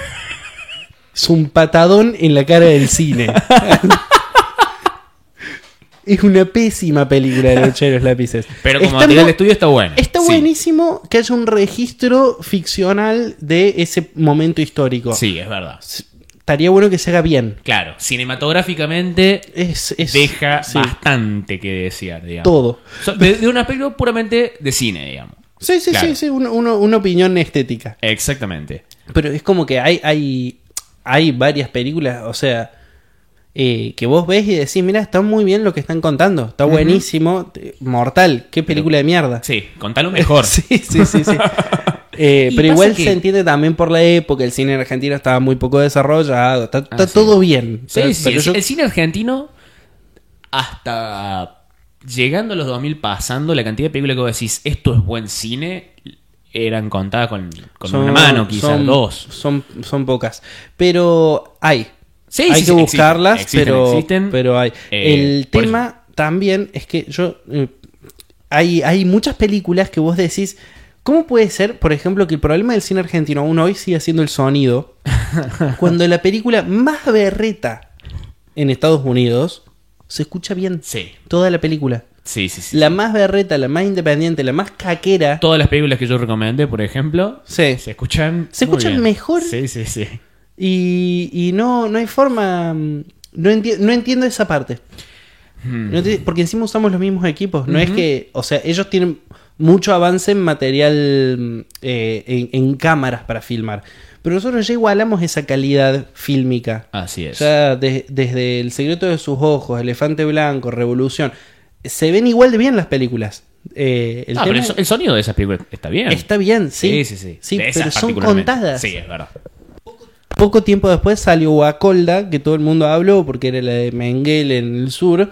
Speaker 3: es un patadón en la cara del cine. es una pésima película de los Ocheros lápices.
Speaker 1: Pero como
Speaker 3: Está
Speaker 1: material de
Speaker 3: mu-
Speaker 1: estudio está bueno.
Speaker 3: Está
Speaker 1: Sí.
Speaker 3: buenísimo que haya un registro ficcional de ese momento histórico.
Speaker 1: Sí, es verdad.
Speaker 3: Estaría bueno que se haga bien.
Speaker 1: Claro, cinematográficamente
Speaker 3: Es, es-
Speaker 1: deja
Speaker 3: sí,
Speaker 1: bastante que desear, digamos.
Speaker 3: todo.
Speaker 1: So- de, de un aspecto puramente de cine, digamos.
Speaker 3: Sí, sí,
Speaker 1: Claro.
Speaker 3: sí, sí, un- uno- una opinión estética.
Speaker 1: Exactamente.
Speaker 3: Pero es como que hay, hay, hay varias películas, o sea, eh, que vos ves y decís, mira, está muy bien lo que están contando, está buenísimo, te- mortal, qué película de mierda.
Speaker 1: Sí, contalo mejor.
Speaker 3: Sí, sí, sí, sí. Eh,
Speaker 1: Y
Speaker 3: pero
Speaker 1: pasa
Speaker 3: igual
Speaker 1: que-
Speaker 3: se entiende también por la época, el cine argentino estaba muy poco desarrollado, está, está
Speaker 1: Ah, sí.
Speaker 3: todo bien.
Speaker 1: Sí,
Speaker 3: Pero-
Speaker 1: sí,
Speaker 3: pero
Speaker 1: el,
Speaker 3: yo-
Speaker 1: el cine argentino, hasta llegando a los 2000, pasando la cantidad de películas que vos decís, esto es buen cine, eran contadas con, con una mano, quizás
Speaker 3: son-
Speaker 1: dos.
Speaker 3: Son, son pocas. Pero hay.
Speaker 1: Sí, sí,
Speaker 3: hay
Speaker 1: sí,
Speaker 3: que
Speaker 1: existen,
Speaker 3: buscarlas,
Speaker 1: existen,
Speaker 3: pero,
Speaker 1: existen.
Speaker 3: pero hay.
Speaker 1: Eh,
Speaker 3: El
Speaker 1: por
Speaker 3: tema también es que yo. eh, hay, hay muchas películas que vos decís. ¿Cómo puede ser, por ejemplo, que el problema del cine argentino aún hoy sigue siendo el sonido? cuando la película más berreta en Estados Unidos se escucha bien.
Speaker 1: Sí,
Speaker 3: Toda la película.
Speaker 1: sí, sí. sí.
Speaker 3: La más berreta, la más independiente, la más caquera.
Speaker 1: Todas las películas que yo recomendé, por ejemplo,
Speaker 3: Sí.
Speaker 1: se escuchan.
Speaker 3: Se
Speaker 1: muy
Speaker 3: escuchan
Speaker 1: bien.
Speaker 3: mejor.
Speaker 1: Sí, sí, sí.
Speaker 3: Y, y no, no hay forma. mm, No, enti- no entiendo esa parte.
Speaker 1: Hmm.
Speaker 3: No enti- porque encima usamos los mismos equipos. No es que. O sea, ellos tienen mucho avance en material. mm, eh, en, en cámaras para filmar. Pero nosotros ya igualamos esa calidad fílmica.
Speaker 1: Así es.
Speaker 3: Ya de- desde El secreto de sus ojos, Elefante Blanco, Revolución. Se ven igual de bien las películas. Eh, el
Speaker 1: Ah, pero el,
Speaker 3: tema
Speaker 1: so- el sonido de esas películas está bien.
Speaker 3: está bien, sí.
Speaker 1: Sí, sí, sí.
Speaker 3: Sí,
Speaker 1: De esas
Speaker 3: pero son
Speaker 1: particularmente.
Speaker 3: contadas.
Speaker 1: Sí, es verdad.
Speaker 3: Poco tiempo después salió Guacolda, que todo el mundo habló porque era la de Mengele en el sur,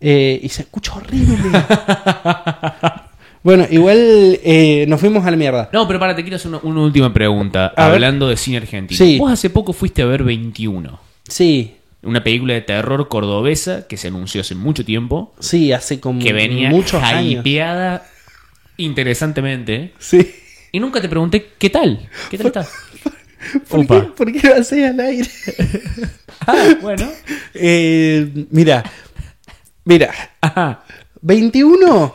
Speaker 3: eh, y se escucha horrible. bueno, igual eh, nos fuimos a la mierda.
Speaker 1: No, pero para, te quiero hacer una, una última pregunta.
Speaker 3: A ver.
Speaker 1: hablando de cine argentino.
Speaker 3: Sí.
Speaker 1: Vos hace poco fuiste a ver 21.
Speaker 3: Sí,
Speaker 1: Una película de terror cordobesa que se anunció hace mucho tiempo.
Speaker 3: sí, hace como
Speaker 1: Que venía
Speaker 3: Mm, muchos años.
Speaker 1: hypeada interesantemente.
Speaker 3: Sí.
Speaker 1: Y nunca te pregunté qué tal. ¿Qué tal está?
Speaker 3: ¿Por
Speaker 1: Opa.
Speaker 3: qué, por qué lo hacés al aire?
Speaker 1: Ah, bueno.
Speaker 3: Eh, mira, mira,
Speaker 1: Ajá.
Speaker 3: 21.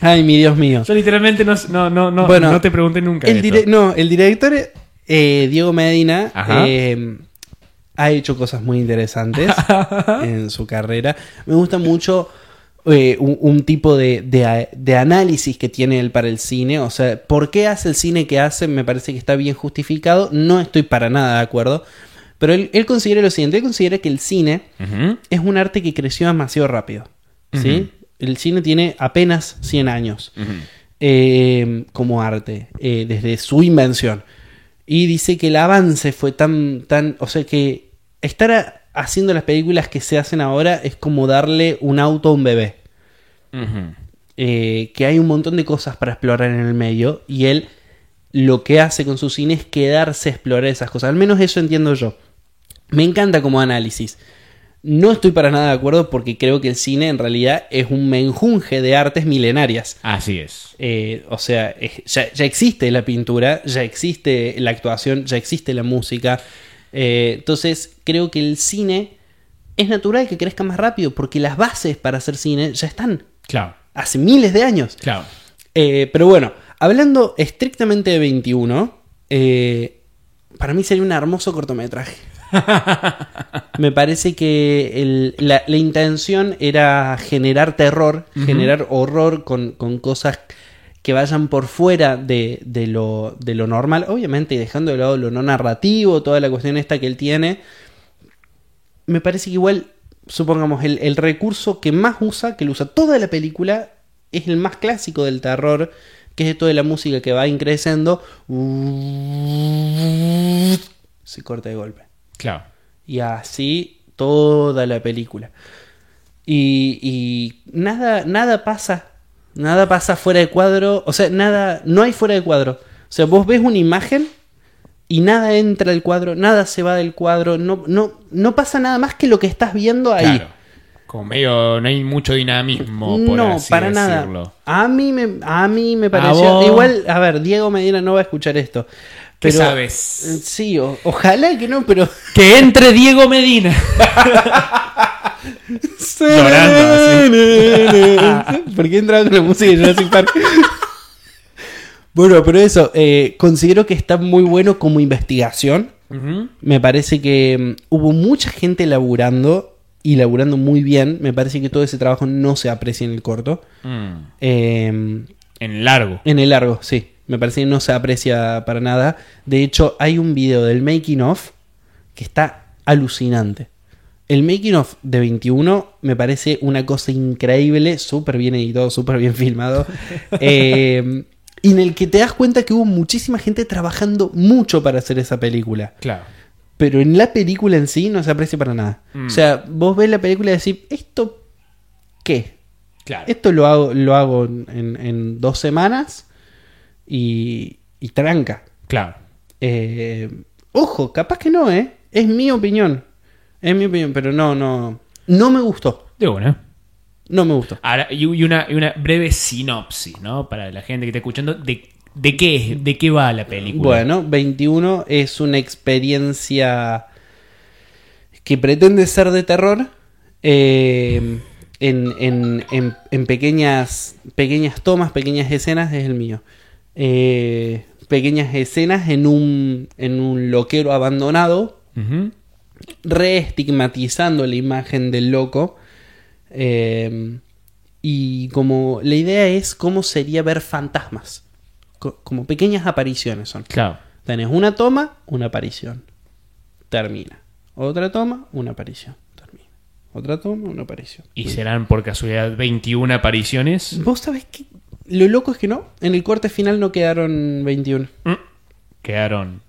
Speaker 3: Ay, mi Dios mío.
Speaker 1: Yo literalmente no, no, no, no,
Speaker 3: Bueno,
Speaker 1: no te pregunté nunca.
Speaker 3: El
Speaker 1: esto.
Speaker 3: dire- no, el director eh, Diego Medina
Speaker 1: Ajá.
Speaker 3: eh, ha hecho cosas muy interesantes en su carrera. Me gusta mucho eh, un, un tipo de, de a- de análisis que tiene él para el cine. O sea, ¿por qué hace el cine que hace? Me parece que está bien justificado. No estoy para nada de acuerdo. Pero él, él considera lo siguiente, él considera que el cine
Speaker 1: Ujú.
Speaker 3: es un arte que creció demasiado rápido. ¿sí? El cine tiene apenas 100 años
Speaker 1: Ujú.
Speaker 3: eh, como arte, eh, desde su invención. Y dice que el avance fue tan, tan, o sea que estar a- haciendo las películas que se hacen ahora es como darle un auto a un bebé.
Speaker 1: Ujú.
Speaker 3: Eh, que hay un montón de cosas para explorar en el medio y él lo que hace con su cine es quedarse a explorar esas cosas. Al menos eso entiendo yo. Me encanta como análisis. No estoy para nada de acuerdo porque creo que el cine en realidad es un menjunje de artes milenarias.
Speaker 1: Así es.
Speaker 3: Eh, o sea, es- ya, ya existe la pintura, ya existe la actuación, ya existe la música. Eh, entonces, creo que el cine es natural que crezca más rápido porque las bases para hacer cine ya están
Speaker 1: Claro,
Speaker 3: hace miles de años.
Speaker 1: claro.
Speaker 3: Eh, pero bueno, hablando estrictamente de 21, eh, para mí sería un hermoso cortometraje. Me parece que el- la, la intención era generar terror, generar horror con, con cosas que vayan por fuera de, de lo, de lo normal, obviamente dejando de lado lo no narrativo, toda la cuestión esta que él tiene. Me parece que igual, supongamos, el, el recurso que más usa, que lo usa toda la película, es el más clásico del terror, que es esto de la música que va increciendo. Se corta de golpe.
Speaker 1: Claro.
Speaker 3: Y así toda la película. Y, y nada, nada pasa. Nada pasa fuera de cuadro. O sea, nada. No hay fuera de cuadro. O sea, vos ves una imagen y nada entra al cuadro, nada se va del cuadro. No, no, no pasa nada más que lo que estás viendo ahí.
Speaker 1: Claro. Como medio, no hay mucho dinamismo, por
Speaker 3: no,
Speaker 1: así
Speaker 3: para
Speaker 1: decirlo.
Speaker 3: nada. A mí me, a mí me
Speaker 1: A
Speaker 3: pareció.
Speaker 1: vos.
Speaker 3: Igual, a ver, Diego Medina no va a escuchar esto.
Speaker 1: ¿Qué
Speaker 3: Pero-
Speaker 1: sabes?
Speaker 3: Sí, o- ojalá que no, pero.
Speaker 1: eh, Que entre Diego Medina. Llorando,
Speaker 3: ¿Por qué entraba con la música de Jurassic Park? bueno, pero eso, eh, considero que está muy bueno como investigación.
Speaker 1: Ujú.
Speaker 3: Me parece que mm, hubo mucha gente laburando y laburando muy bien. Me parece que todo ese trabajo no se aprecia en el corto.
Speaker 1: Mm.
Speaker 3: Eh,
Speaker 1: En largo.
Speaker 3: en el largo, sí. Me parece que no se aprecia para nada. De hecho, hay un video del making of que está alucinante. El making of de 21 me parece una cosa increíble, súper bien editado, súper bien filmado. eh, y en el que te das cuenta que hubo muchísima gente trabajando mucho para hacer esa película.
Speaker 1: Claro.
Speaker 3: Pero en la película en sí no se aprecia para nada.
Speaker 1: Mm.
Speaker 3: O sea, vos ves la película y decís, ¿esto qué?
Speaker 1: Claro.
Speaker 3: Esto lo hago, lo hago en, en dos semanas y, y tranca.
Speaker 1: Claro.
Speaker 3: Eh, ojo, capaz que no, ¿eh? Es mi opinión. Es mi opinión, pero no, no. No me gustó.
Speaker 1: De una.
Speaker 3: No me gustó.
Speaker 1: Ahora, y y una, y una breve sinopsis, ¿no? Para la gente que está escuchando, ¿de, de qué es? ¿De qué va la película?
Speaker 3: Bueno, 21 es una experiencia que pretende ser de terror eh, en, en- en- en pequeñas, pequeñas tomas, pequeñas escenas, es el mío. Eh, pequeñas escenas en un, en un loquero abandonado,
Speaker 1: Ujú.
Speaker 3: reestigmatizando la imagen del loco. Eh, y como la idea es cómo sería ver fantasmas, Co- como pequeñas apariciones son.
Speaker 1: Claro.
Speaker 3: Tenés una toma, una aparición. Termina. Otra toma, una aparición. Termina. Otra toma, una aparición.
Speaker 1: Y serán por casualidad 21 apariciones.
Speaker 3: ¿Vos sabés que Lo loco es que no. En el corte final no quedaron 21.
Speaker 1: Mm. Quedaron.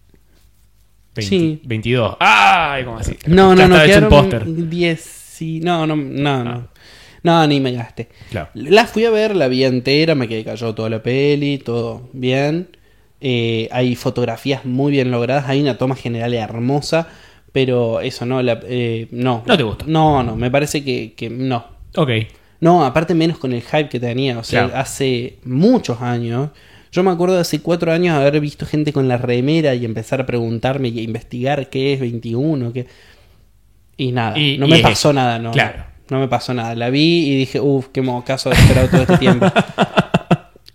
Speaker 1: 20
Speaker 3: Sí.
Speaker 1: 22. ¡Ay! ¿Cómo así?
Speaker 3: No,
Speaker 1: Ya
Speaker 3: no, no.
Speaker 1: estaba hecho el póster. Ah.
Speaker 3: Quedaron 10. sí, No, no, no, no. No, ni me gasté.
Speaker 1: Claro.
Speaker 3: La fui a ver, la vi entera, me quedé callado toda la peli, todo bien. Eh, hay fotografías muy bien logradas, hay una toma general hermosa, pero eso no, la, eh, no.
Speaker 1: No te gusta.
Speaker 3: No, no, me parece que, que no.
Speaker 1: Ok.
Speaker 3: No, aparte menos con el hype que tenía, o sea,
Speaker 1: Claro.
Speaker 3: hace muchos años. Yo me acuerdo de hace cuatro años haber visto gente con la remera y empezar a preguntarme y a investigar qué es 21, qué... Y nada,
Speaker 1: Y-
Speaker 3: no
Speaker 1: y
Speaker 3: me
Speaker 1: es
Speaker 3: pasó
Speaker 1: eso.
Speaker 3: nada, no.
Speaker 1: Claro.
Speaker 3: No me pasó nada. La vi y dije, uff, qué mocaso de esperado todo este tiempo.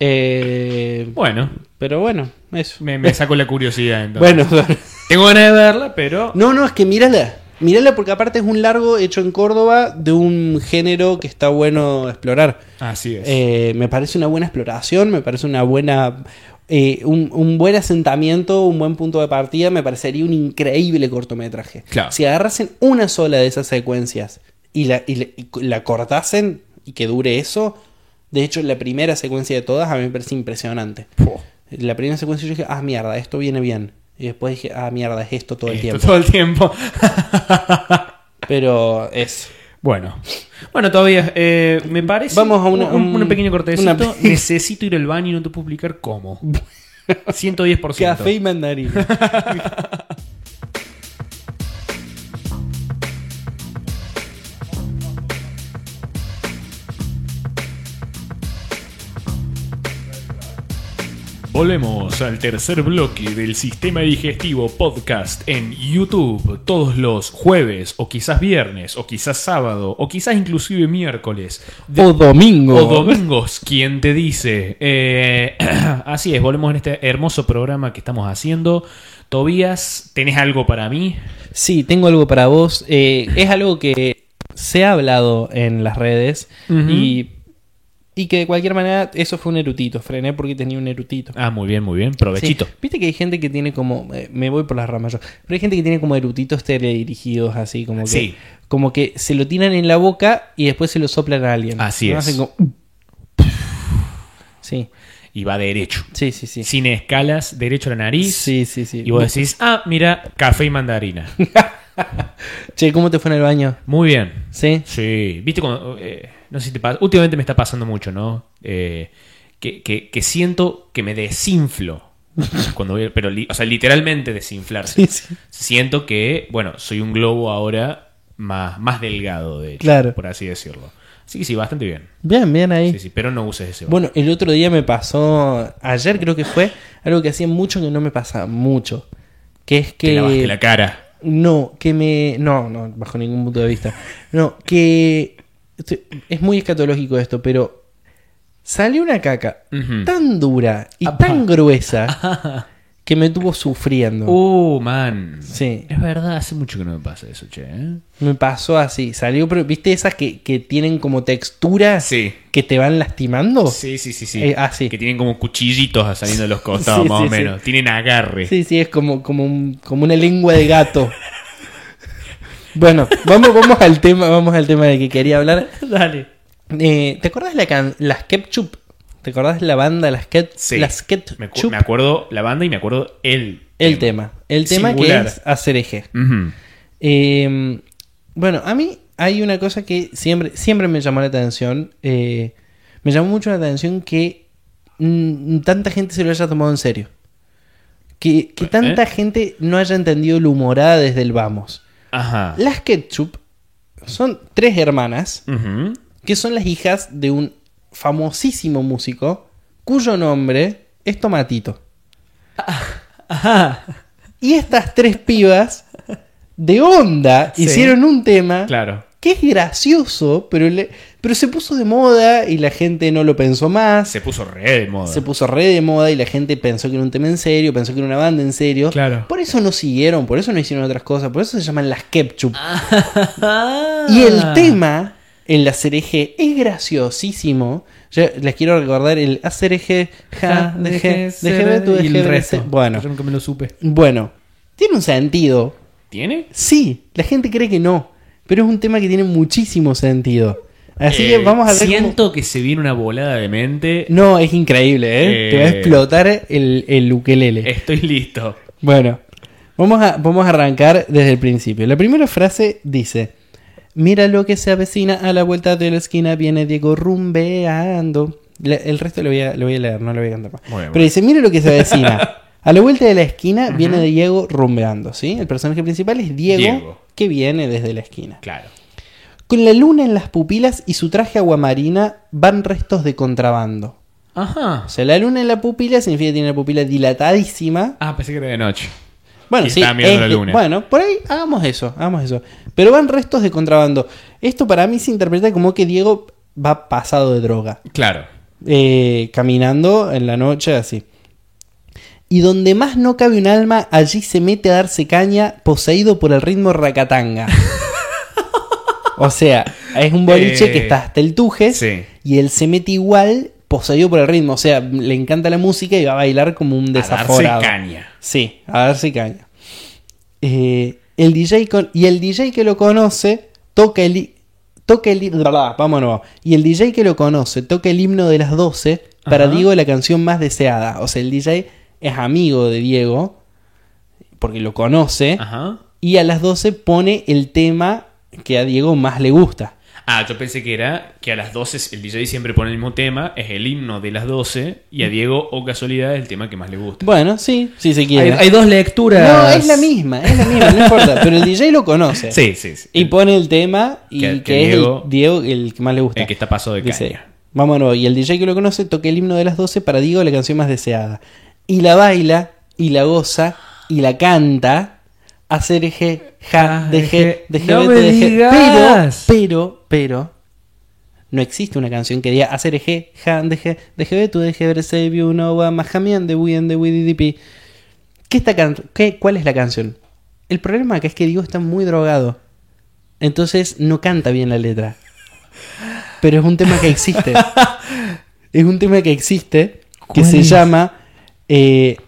Speaker 3: Eh,
Speaker 1: Bueno,
Speaker 3: pero bueno, eso.
Speaker 1: me, me sacó la curiosidad entonces.
Speaker 3: Bueno,
Speaker 1: Tengo ganas de verla, pero.
Speaker 3: no, no, es que mírala. Mírala porque aparte es un largo hecho en Córdoba de un género que está bueno explorar.
Speaker 1: Así es.
Speaker 3: Eh, me parece una buena exploración, me parece una buena. eh, un, un buen asentamiento, un buen punto de partida, me parecería un increíble cortometraje.
Speaker 1: Claro.
Speaker 3: Si agarrasen una sola de esas secuencias y la, y la- y la cortasen y que dure eso, de hecho, la primera secuencia de todas a mí me parece impresionante.
Speaker 1: Puh.
Speaker 3: La primera secuencia yo dije, ah, mierda, esto viene bien. Y después dije, ah, mierda, es esto todo el
Speaker 1: Esto
Speaker 3: tiempo.
Speaker 1: Todo el tiempo.
Speaker 3: Pero es.
Speaker 1: Bueno, bueno, todavía eh, me parece.
Speaker 3: Vamos a una-
Speaker 1: un, un
Speaker 3: un-
Speaker 1: pequeño cortecito.
Speaker 3: una-
Speaker 1: Necesito ir al baño y no te puedo explicar cómo. 110%.
Speaker 3: Café y mandarina.
Speaker 1: Volvemos al tercer bloque del Sistema Digestivo Podcast en YouTube todos los jueves o quizás viernes o quizás sábado o quizás inclusive miércoles
Speaker 3: o domingo.
Speaker 1: o domingos, quien te dice. Eh, así es, volvemos en este hermoso programa que estamos haciendo. Tobías, ¿tenés algo para mí?
Speaker 3: Sí, tengo algo para vos. Eh, es algo que se ha hablado en las redes
Speaker 1: Ujú.
Speaker 3: y, y que de cualquier manera eso fue un erutito. Frené porque tenía un erutito.
Speaker 1: Ah, muy bien, muy bien, provechito.
Speaker 3: Sí. Viste que hay gente que tiene como. eh, me voy por las ramas yo. Pero hay gente que tiene como erutitos teledirigidos así, como que.
Speaker 1: Sí.
Speaker 3: Como que se lo tiran en la boca y después se lo soplan a alguien.
Speaker 1: Así es.
Speaker 3: ¿No? Hacen como- Sí,
Speaker 1: Y va derecho.
Speaker 3: sí, sí, sí.
Speaker 1: Sin escalas, derecho a la nariz.
Speaker 3: Sí, sí, sí.
Speaker 1: Y vos decís, ah, mira, café y mandarina.
Speaker 3: Che, ¿cómo te fue en el baño?
Speaker 1: Muy bien.
Speaker 3: ¿Sí?
Speaker 1: Sí, viste cuando. eh, no sé si te pasa. Últimamente me está pasando mucho, ¿no? Eh, que, que- que siento que me desinflo. Cuando voy- pero, li- o sea, literalmente desinflarse.
Speaker 3: Sí, sí.
Speaker 1: Siento que, bueno, soy un globo ahora más, más delgado, de hecho,
Speaker 3: Claro.
Speaker 1: por así decirlo. Así que sí, bastante bien.
Speaker 3: Bien, bien ahí.
Speaker 1: Sí, sí, pero no uses ese.
Speaker 3: Bueno, el otro día me pasó, ayer creo que fue, algo que hacía mucho que no me pasaba, mucho. Que es que.
Speaker 1: Te lavaste la cara.
Speaker 3: No, que me. No, no, bajo ningún punto de vista. No, que. estoy- Es muy escatológico esto, pero. Salió una caca
Speaker 1: Ujú.
Speaker 3: tan dura y
Speaker 1: Apa.
Speaker 3: tan gruesa que me tuvo sufriendo.
Speaker 1: Uh, man.
Speaker 3: Sí,
Speaker 1: Es verdad, hace mucho que no me pasa eso, che. ¿eh?
Speaker 3: me pasó así. Salió, pero ¿viste esas que, que tienen como textura
Speaker 1: Sí.
Speaker 3: que te van lastimando?
Speaker 1: Sí, sí, sí, sí.
Speaker 3: Eh, ah, sí.
Speaker 1: Que tienen como cuchillitos saliendo de los costados,
Speaker 3: Sí,
Speaker 1: más
Speaker 3: sí,
Speaker 1: o menos. Tienen agarre.
Speaker 3: Sí, sí, es como, como, un- como una lengua de gato. bueno, vamos, vamos al tema, vamos al tema de que quería hablar.
Speaker 1: Dale.
Speaker 3: Eh, ¿Te acordás la can las Ketchup? ¿Te acordás la banda Las, Ket
Speaker 1: Sí.
Speaker 3: las Ketchup?
Speaker 1: Me, acu- me acuerdo la banda y me acuerdo él.
Speaker 3: el tema. El tema
Speaker 1: Singular.
Speaker 3: que es hacer eje. Eh, bueno, a mí hay una cosa que siempre, siempre me llamó la atención. eh, me llamó mucho la atención que mm, tanta gente se lo haya tomado en serio. Que, que
Speaker 1: ¿Eh?
Speaker 3: tanta gente no haya entendido la humorada desde el vamos.
Speaker 1: Ajá.
Speaker 3: Las Ketchup son tres hermanas
Speaker 1: Ujú.
Speaker 3: que son las hijas de un famosísimo músico cuyo nombre es Tomatito. Y estas tres pibas de onda
Speaker 1: Sí.
Speaker 3: hicieron un tema
Speaker 1: Claro.
Speaker 3: que es gracioso, pero, le- pero se puso de moda y la gente no lo pensó más.
Speaker 1: Se puso re de moda.
Speaker 3: Se puso re de moda y la gente pensó que era un tema en serio, pensó que era una banda en serio.
Speaker 1: Claro.
Speaker 3: Por eso no siguieron, por eso no hicieron otras cosas, por eso se llaman las ketchup.
Speaker 1: Ah.
Speaker 3: Y el tema en la cereje es graciosísimo. Yo les quiero recordar el acereje, ja, deje, déjeme tu
Speaker 1: y
Speaker 3: deje,
Speaker 1: el resto.
Speaker 3: Bueno,
Speaker 1: Yo nunca me lo supe.
Speaker 3: bueno, tiene un sentido.
Speaker 1: ¿Tiene?
Speaker 3: Sí, la gente cree que no, pero es un tema que tiene muchísimo sentido. Así que
Speaker 1: Eh,
Speaker 3: vamos a ver. cómo-
Speaker 1: Siento que se viene una volada de mente.
Speaker 3: No, es increíble, ¿eh?
Speaker 1: Eh.
Speaker 3: Te va a explotar el, el ukelele.
Speaker 1: Estoy listo.
Speaker 3: Bueno, vamos a, vamos a arrancar desde el principio. La primera frase dice: Mira lo que se avecina a la vuelta de la esquina, viene Diego rumbeando. Le- el resto lo voy, a, lo voy a leer, no lo voy a cantar más.
Speaker 1: Muy bien.
Speaker 3: Pero dice: Mira lo que se avecina. A la vuelta de la esquina viene Diego rumbeando, ¿sí? El personaje principal es Diego,
Speaker 1: Diego.
Speaker 3: que viene desde la esquina.
Speaker 1: Claro.
Speaker 3: Con la luna en las pupilas y su traje aguamarina van restos de contrabando.
Speaker 1: Ajá.
Speaker 3: O sea, la luna en la pupila significa que tiene la pupila dilatadísima.
Speaker 1: Ah, pensé que era de noche.
Speaker 3: Bueno,
Speaker 1: Y
Speaker 3: sí,
Speaker 1: estaba mirando
Speaker 3: es-
Speaker 1: la luna.
Speaker 3: bueno, por ahí hagamos eso, hagamos eso. Pero van restos de contrabando. Esto para mí se interpreta como que Diego va pasado de droga,
Speaker 1: Claro.
Speaker 3: eh, caminando en la noche así. Y donde más no cabe un alma, allí se mete a darse caña, poseído por el ritmo racatanga. o sea, es un boliche
Speaker 1: Eh,
Speaker 3: que está hasta el tuje
Speaker 1: sí.
Speaker 3: y él se mete igual, poseído por el ritmo. O sea, le encanta la música y va a bailar como un desaforado.
Speaker 1: A darse caña.
Speaker 3: Sí, a ver si caña. Eh, el DJ con- y el DJ que lo conoce toca el hi- toca el hi- bla, bla, vámonos. Y el DJ que lo conoce toca el himno de las 12 para
Speaker 1: Ajá.
Speaker 3: Diego la canción más deseada. O sea, el DJ es amigo de Diego porque lo conoce
Speaker 1: Ajá.
Speaker 3: y a las 12 pone el tema que a Diego más le gusta.
Speaker 1: Ah, yo pensé que era que a las 12 el DJ siempre pone el mismo tema, es el himno de las 12 y a Diego, o casualidad, es el tema que más le gusta.
Speaker 3: Bueno, sí, sí se
Speaker 1: Hay,
Speaker 3: quiere.
Speaker 1: hay dos lecturas.
Speaker 3: no, es la misma, es la misma, no importa, pero el DJ lo conoce.
Speaker 1: Sí, sí, sí.
Speaker 3: Y pone el tema y que,
Speaker 1: Que- que
Speaker 3: es
Speaker 1: Diego-
Speaker 3: el Diego el que más le gusta.
Speaker 1: el que está pasado de caña.
Speaker 3: Dice, Vamos a nuevo. Y el DJ que lo conoce toca el himno de las 12 para Diego la canción más deseada. Y la baila, y la goza, y la canta. Hacer eje, ja,
Speaker 1: Ah,
Speaker 3: deje,
Speaker 1: eje.
Speaker 3: deje,
Speaker 1: ¡No
Speaker 3: vete,
Speaker 1: me
Speaker 3: deje.
Speaker 1: digas!
Speaker 3: Pero, pero, pero. No existe una canción que diga hacer eje, ja, deje, deje, ve tú, deje, ver, save you, no, wa, majamian, de wien, de wididipi. ¿Qué está can- qué- ¿Cuál es la canción? El problema acá es que Diego está muy drogado. Entonces no canta bien la letra. Pero es un tema que existe. es un tema que existe que
Speaker 1: ¿Cuál
Speaker 3: se
Speaker 1: es?
Speaker 3: llama eh,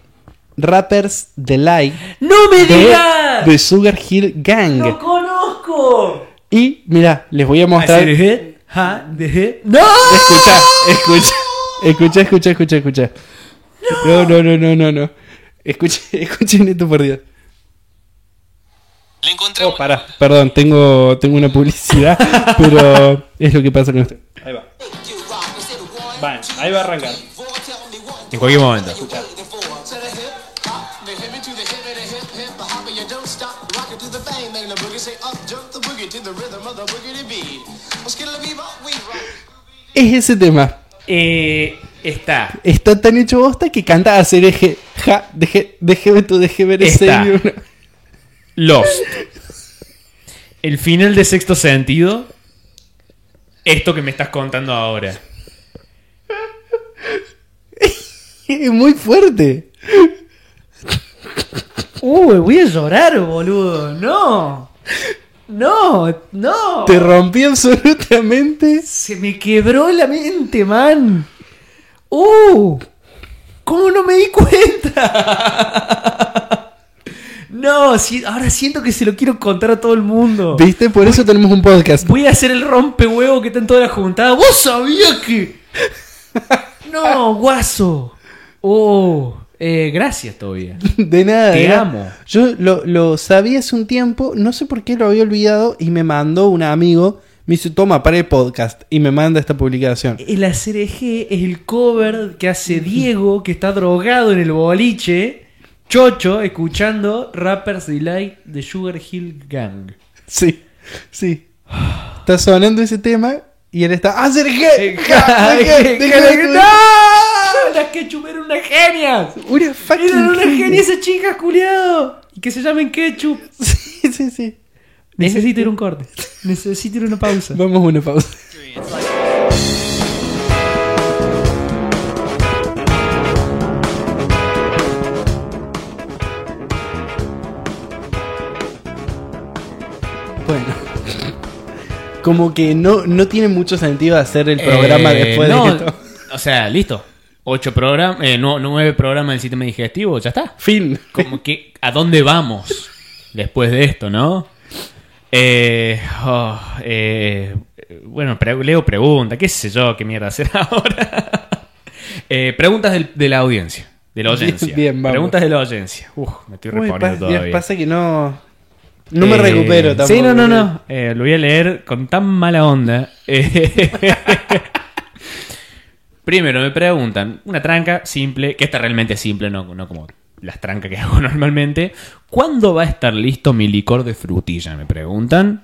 Speaker 3: Rappers Delight
Speaker 1: ¡No me
Speaker 3: de,
Speaker 1: digas!
Speaker 3: de Sugar Hill Gang.
Speaker 1: ¡Lo conozco! Ah,
Speaker 3: Y mira, les voy a mostrar.
Speaker 1: Hacer eje, ja, deje- ¡No!
Speaker 3: Escucha,
Speaker 1: ¡Ah!
Speaker 3: escucha, escucha, escucha, escucha, escucha. No, no, no, no, no, no. Escuchen, escuchen esto por Dios.
Speaker 4: Le encontramos.
Speaker 3: Oh, pará, perdón, tengo, tengo una publicidad, pero es lo que pasa con usted. Ahí va. Vale, ahí va a arrancar.
Speaker 1: En cualquier momento.
Speaker 3: Es ese tema.
Speaker 1: Eh, Está.
Speaker 3: Está tan hecho bosta que canta hacer eje. Ja, deje, deje ver tu, deje ver ese.
Speaker 1: Está. Lost. El final de sexto sentido. Esto que me estás contando ahora.
Speaker 3: Es muy fuerte.
Speaker 1: Uy, voy a llorar, boludo. No. No, no.
Speaker 3: Te rompí absolutamente.
Speaker 1: Se me quebró la mente, man. ¡Uh! ¿Cómo no me di cuenta? No, si- ahora siento que se lo quiero contar a todo el mundo.
Speaker 3: ¿Viste? Por eso tenemos un podcast.
Speaker 1: Voy a hacer el rompehuevo que está en toda la juntada. ¿Vos sabías que.? No, guaso. Oh, eh, gracias todavía.
Speaker 3: De nada.
Speaker 1: Te
Speaker 3: de nada.
Speaker 1: amo.
Speaker 3: Yo lo, lo sabía hace un tiempo, no sé por qué lo había olvidado y me mandó un amigo. Me dice, toma, para el podcast. Y me manda esta publicación.
Speaker 1: El ACRG es el cover que hace Diego, que está drogado en el boliche, chocho, escuchando Rappers Delight de Sugar Hill Gang.
Speaker 3: Sí, sí. Está sonando ese tema y él está. ¡Ah, Sergé! ¡Ja! Sergé, déjala que-
Speaker 1: ¡No! Las ketchup eran unas genias.
Speaker 3: Una fucking
Speaker 1: Eran unas
Speaker 3: king.
Speaker 1: genias esas chicas, culiado. Y que se llamen ketchup.
Speaker 3: Sí, sí, sí.
Speaker 1: Necesito ir a un corte. Necesito ir a una pausa.
Speaker 3: Vamos a una pausa. Bueno, como que no, no tiene mucho sentido hacer el programa
Speaker 1: Eh,
Speaker 3: después
Speaker 1: no,
Speaker 3: de esto.
Speaker 1: O sea, listo. Ocho programas, nueve programas del sistema digestivo, ya está.
Speaker 3: Fin.
Speaker 1: como que a dónde vamos después de esto, ¿no? Eh, oh, eh, bueno, pre- leo pregunta, qué sé yo, qué mierda hacer ahora. Eh, preguntas del- de la audiencia, de la
Speaker 3: Bien,
Speaker 1: audiencia.
Speaker 3: bien, vamos.
Speaker 1: Preguntas de la audiencia. Uf, me estoy
Speaker 3: Uy, pa-
Speaker 1: reponiendo
Speaker 3: Dios,
Speaker 1: todavía.
Speaker 3: pasa que no. No me
Speaker 1: Eh,
Speaker 3: recupero tampoco.
Speaker 1: Sí, no, no, no. Eh, lo voy a leer con tan mala onda. Eh, Primero me preguntan, una tranca simple, que esta realmente es simple, no, no como las trancas que hago normalmente. ¿Cuándo va a estar listo mi licor de frutilla? Me preguntan.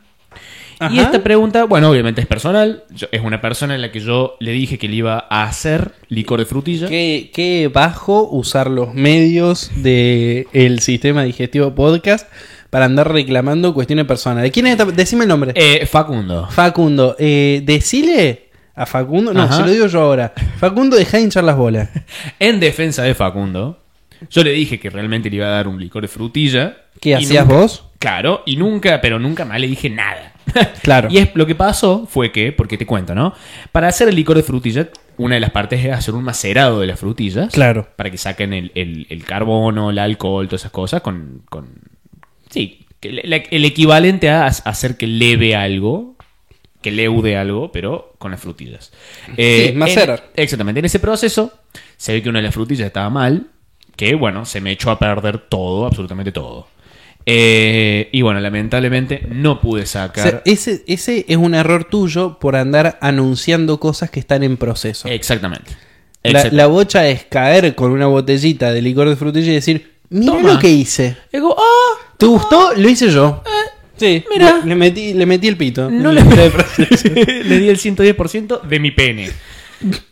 Speaker 1: Y
Speaker 3: Ajá.
Speaker 1: esta pregunta, bueno, obviamente es personal. Yo- es una persona en la que yo le dije que le iba a hacer licor de frutilla.
Speaker 3: Qué, qué bajo usar los medios del el sistema digestivo podcast para andar reclamando cuestiones personales. ¿Quién es esta? Decime el nombre.
Speaker 1: Eh, Facundo.
Speaker 3: Facundo. Eh, decile a Facundo. No,
Speaker 1: Ajá.
Speaker 3: se lo digo yo ahora. Facundo, deja de hinchar las bolas.
Speaker 1: En defensa de Facundo, yo le dije que realmente le iba a dar un licor de frutilla.
Speaker 3: ¿Qué
Speaker 1: Y
Speaker 3: hacías
Speaker 1: nunca-
Speaker 3: vos?
Speaker 1: Claro, y nunca, pero nunca más le dije nada.
Speaker 3: Claro.
Speaker 1: Y es lo que pasó fue que, porque te cuento, ¿no? Para hacer el licor de frutilla, una de las partes es hacer un macerado de las frutillas.
Speaker 3: Claro.
Speaker 1: Para que saquen el, el- el carbono, el alcohol, todas esas cosas con... con sí, que le- la- el equivalente a as- hacer que leve algo, que leude algo, pero con las frutillas. Eh,
Speaker 3: Sí, macerar.
Speaker 1: en- exactamente. En ese proceso se ve que una de las frutillas estaba mal, que bueno, se me echó a perder todo, absolutamente todo. Eh, y bueno, lamentablemente no pude
Speaker 3: O
Speaker 1: sacar...
Speaker 3: sea, ese, ese es un error tuyo por andar anunciando cosas que están en proceso.
Speaker 1: Eh, Exactamente.
Speaker 3: La,
Speaker 1: Exactamente.
Speaker 3: la bocha es caer con una botellita de licor de frutilla y decir, mira
Speaker 1: Toma.
Speaker 3: lo que hice.
Speaker 1: Digo, ah,
Speaker 3: ¿Te gustó? Lo hice yo. sí,
Speaker 1: mira.
Speaker 3: Le, le metí, le metí el pito.
Speaker 1: Eh, no le, le di el 110% de mi pene.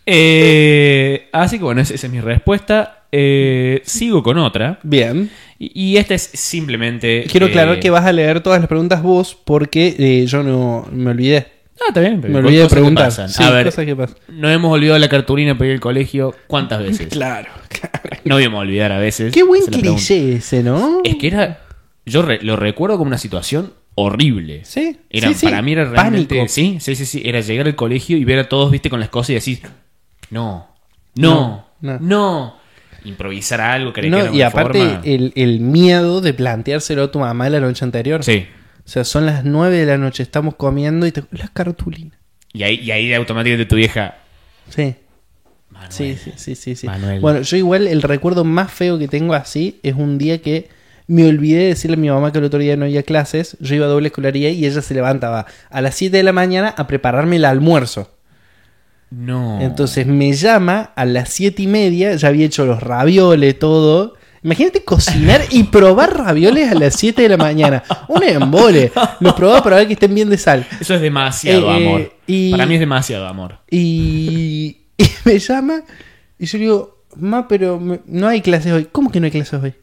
Speaker 1: Eh, así que bueno, esa, esa es mi respuesta. Eh, sigo con otra.
Speaker 3: Bien.
Speaker 1: Y, y esta es simplemente.
Speaker 3: Quiero
Speaker 1: eh,
Speaker 3: aclarar que vas a leer todas las preguntas vos porque eh, yo no me olvidé.
Speaker 1: Ah, está bien.
Speaker 3: Me olvidé de
Speaker 1: cosas que
Speaker 3: preguntar.
Speaker 1: pasan.
Speaker 3: Sí,
Speaker 1: a ver,
Speaker 3: cosas que pasan.
Speaker 1: no hemos olvidado la cartulina para ir al colegio. ¿Cuántas veces?
Speaker 3: Claro, claro.
Speaker 1: No íbamos a olvidar a veces.
Speaker 3: Qué buen
Speaker 1: Se la pregunto.
Speaker 3: cliché ese, ¿no?
Speaker 1: Es que era. Yo re- lo recuerdo como una situación horrible.
Speaker 3: Sí,
Speaker 1: Era,
Speaker 3: sí, sí.
Speaker 1: Para mí era realmente.
Speaker 3: Pánico.
Speaker 1: Sí, sí, sí, sí. Era llegar al colegio y ver a todos, viste, con las cosas y decir. No, no, no.
Speaker 3: No, no.
Speaker 1: Improvisar algo, creer
Speaker 3: No,
Speaker 1: que era
Speaker 3: y
Speaker 1: una
Speaker 3: aparte
Speaker 1: forma.
Speaker 3: el, el miedo de planteárselo a tu mamá la noche anterior.
Speaker 1: Sí.
Speaker 3: O sea, son las 9 de la noche, estamos comiendo y te... Las cartulinas.
Speaker 1: Y ahí, y ahí automáticamente tu vieja.
Speaker 3: Sí.
Speaker 1: Manuel.
Speaker 3: Sí, sí, sí, sí, sí.
Speaker 1: Manuel.
Speaker 3: Bueno, yo igual el recuerdo más feo que tengo así es un día que me olvidé de decirle a mi mamá que el otro día no había clases, yo iba a doble escolaría y ella se levantaba a las 7 de la mañana a prepararme el almuerzo.
Speaker 1: No.
Speaker 3: Entonces me llama a las 7 y media, ya había hecho los ravioles, todo. Imagínate cocinar y probar ravioles a las 7 de la mañana. Un embole. Los probaba para ver que estén bien de sal.
Speaker 1: Eso es demasiado
Speaker 3: Eh, eh,
Speaker 1: amor.
Speaker 3: y-
Speaker 1: Para mí es demasiado amor.
Speaker 3: Y, y me llama Y yo le digo, ma, pero me- no hay clases hoy. ¿Cómo que no hay clases hoy?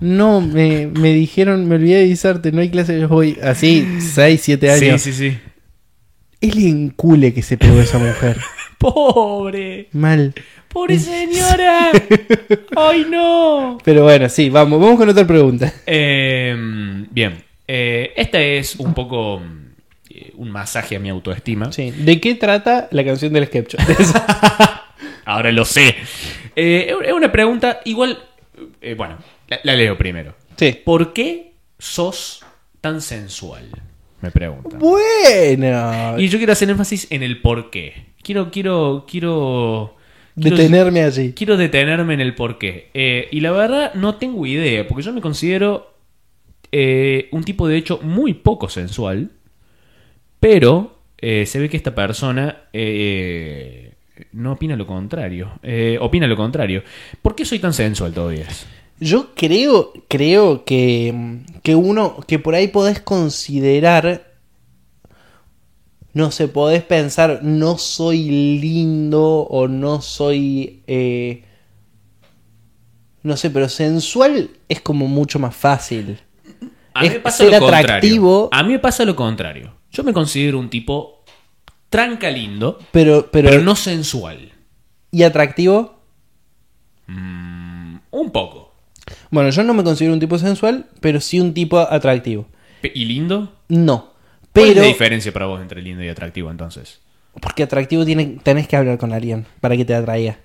Speaker 3: No, me, me dijeron, me olvidé de avisarte, no hay clases hoy. Así, 6, 7 años.
Speaker 1: Sí, sí, sí.
Speaker 3: Es el encule que se pegó esa mujer.
Speaker 1: Pobre.
Speaker 3: Mal.
Speaker 1: Pobre señora. Ay, no.
Speaker 3: Pero bueno, sí, vamos, vamos con otra pregunta.
Speaker 1: Eh, bien. Eh, esta es un poco mm, eh, un masaje a mi autoestima.
Speaker 3: Sí. ¿De qué trata la canción del sketch?
Speaker 1: Ahora lo sé. Eh, es una pregunta igual... eh, bueno, la- la leo primero.
Speaker 3: sí.
Speaker 1: ¿Por qué sos tan sensual? Me preguntan.
Speaker 3: Bueno.
Speaker 1: Y yo quiero hacer énfasis en el por qué. Quiero, quiero, quiero. quiero-
Speaker 3: Detenerme allí.
Speaker 1: Quiero detenerme en el por qué. Eh, y la verdad, no tengo idea, porque yo me considero eh, un tipo de hecho muy poco sensual. Pero eh, se ve que esta persona eh, no opina lo contrario. Eh, opina lo contrario. ¿Por qué soy tan sensual todavía?
Speaker 3: Yo creo, creo que, mm, que uno, que por ahí podés considerar, no sé, podés pensar, no soy lindo o no soy, eh, no sé, pero sensual es como mucho más fácil.
Speaker 1: A mí
Speaker 3: Es
Speaker 1: me pasa
Speaker 3: ser
Speaker 1: lo contrario.
Speaker 3: atractivo.
Speaker 1: A mí me pasa lo contrario. Yo me considero un tipo tranca lindo,
Speaker 3: Pero, pero,
Speaker 1: pero no sensual.
Speaker 3: ¿y atractivo?
Speaker 1: Mm, un poco.
Speaker 3: Bueno, yo no me considero un tipo sensual, pero sí un tipo atractivo.
Speaker 1: Pe- ¿Y lindo?
Speaker 3: No,
Speaker 1: ¿Cuál es
Speaker 3: pero
Speaker 1: la diferencia para vos entre lindo y atractivo entonces?
Speaker 3: porque atractivo tiene, tenés que hablar con alguien para que te atraiga,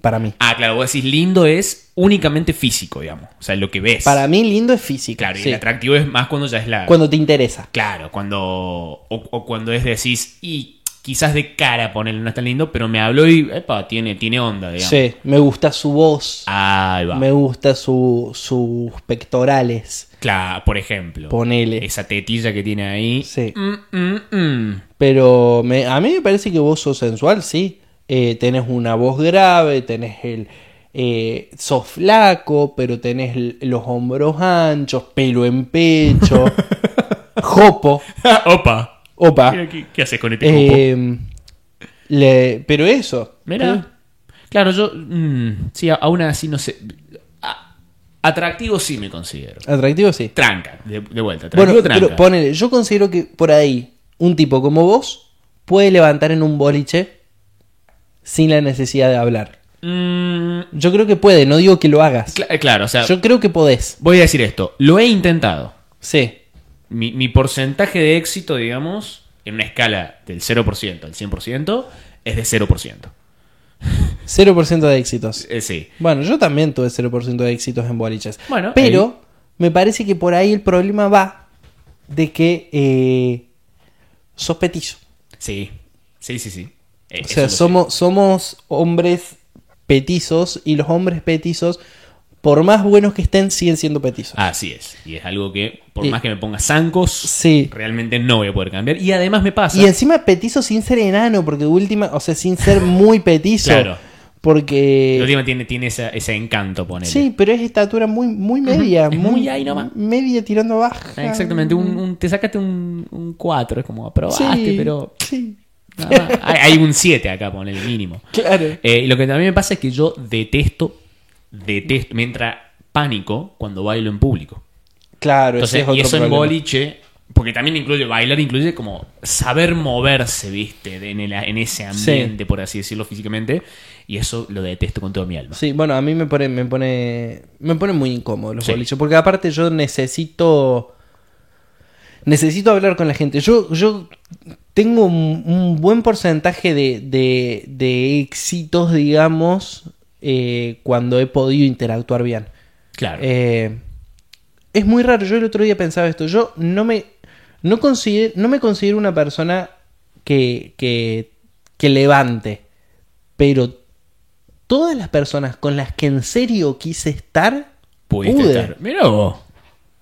Speaker 3: para mí.
Speaker 1: Ah, claro, vos decís lindo es únicamente físico, digamos. O sea, lo que ves.
Speaker 3: Para mí lindo es físico.
Speaker 1: Claro, y
Speaker 3: sí.
Speaker 1: el atractivo es más cuando ya es la.
Speaker 3: Cuando te interesa.
Speaker 1: Claro, cuando. O, o cuando es decís, y quizás de cara ponerle no es tan lindo, pero me habló y. Epa, tiene, tiene onda, digamos.
Speaker 3: Sí, me gusta su voz,
Speaker 1: Ahí va.
Speaker 3: me gusta su- sus pectorales,
Speaker 1: Claro, por ejemplo.
Speaker 3: ponele.
Speaker 1: Esa tetilla que tiene ahí.
Speaker 3: Sí.
Speaker 1: Mm, mm, mm.
Speaker 3: Pero me- a mí me parece que vos sos sensual, sí. Eh, tenés una voz grave, tenés el... eh, sos flaco, pero tenés l- los hombros anchos, pelo en pecho, jopo,
Speaker 1: Opa.
Speaker 3: opa.
Speaker 1: Mira, ¿Qué, qué haces con este copo?
Speaker 3: Ah. Eh, le- pero eso.
Speaker 1: Mira.
Speaker 3: eh,
Speaker 1: Claro, yo. mm, sí, a- aún así no sé. A- atractivo sí me considero.
Speaker 3: Atractivo, sí.
Speaker 1: Tranca, de, de vuelta.
Speaker 3: Bueno,
Speaker 1: Atractivo, tranca.
Speaker 3: pero ponele, yo considero que por ahí un tipo como vos puede levantar en un boliche sin la necesidad de hablar.
Speaker 1: Mm,
Speaker 3: Yo creo que puede, no digo que lo hagas.
Speaker 1: cla- eh, claro, o sea,
Speaker 3: Yo creo que podés.
Speaker 1: voy a decir esto. Lo he intentado.
Speaker 3: Sí.
Speaker 1: Mi, mi porcentaje de éxito, digamos, en una escala del 0% al 100%, es de 0%.
Speaker 3: 0% de éxitos.
Speaker 1: Eh, sí.
Speaker 3: Bueno, yo también tuve 0% de éxitos en boliches.
Speaker 1: Bueno,
Speaker 3: pero me parece que por ahí el problema va de que eh, sos petizo.
Speaker 1: Sí. Sí, sí, sí. Eh,
Speaker 3: O
Speaker 1: eso lo
Speaker 3: sea,
Speaker 1: sé.
Speaker 3: somos, somos hombres petizos y los hombres petizos, por más buenos que estén, siguen siendo petizos.
Speaker 1: Así es. Y es algo que, por
Speaker 3: Y-
Speaker 1: más que me ponga zancos,
Speaker 3: Sí.
Speaker 1: realmente no voy a poder cambiar. Y además me pasa.
Speaker 3: Y encima petizo sin ser enano, porque de última, o sea, sin ser muy petizo.
Speaker 1: Claro.
Speaker 3: Porque.
Speaker 1: la última tiene, tiene esa- ese encanto, ponele.
Speaker 3: Sí, pero es estatura muy, muy media.
Speaker 1: es
Speaker 3: muy,
Speaker 1: muy ahí nomás.
Speaker 3: Media tirando baja.
Speaker 1: Eh, Exactamente. Un, un- te sacaste un 4, es como aprobaste,
Speaker 3: Sí,
Speaker 1: pero.
Speaker 3: Sí.
Speaker 1: nada más. hay, hay un 7 acá, ponele mínimo.
Speaker 3: Claro.
Speaker 1: Eh, y lo que también me pasa es que yo detesto, detesto, me entra pánico cuando bailo en público.
Speaker 3: Claro,
Speaker 1: Entonces,
Speaker 3: ese es otro
Speaker 1: y eso en
Speaker 3: problema.
Speaker 1: boliche, porque también incluye bailar, incluye como saber moverse, viste, de- en, el- en ese ambiente, por así decirlo físicamente, y eso lo detesto con toda mi alma.
Speaker 3: Sí, bueno, a mí me pone, me pone, me pone muy incómodo los
Speaker 1: Sí.
Speaker 3: boliches, porque aparte yo necesito, necesito hablar con la gente. Yo, yo tengo un, un buen porcentaje de, de- de éxitos, digamos, eh, cuando he podido interactuar bien.
Speaker 1: Claro.
Speaker 3: Eh, es muy raro, yo el otro día pensaba esto, yo no me, no consider- no me considero una persona que, que, que levante, pero todas las personas con las que en serio quise estar,
Speaker 1: Pudiste
Speaker 3: pude.
Speaker 1: estar. Mirá vos.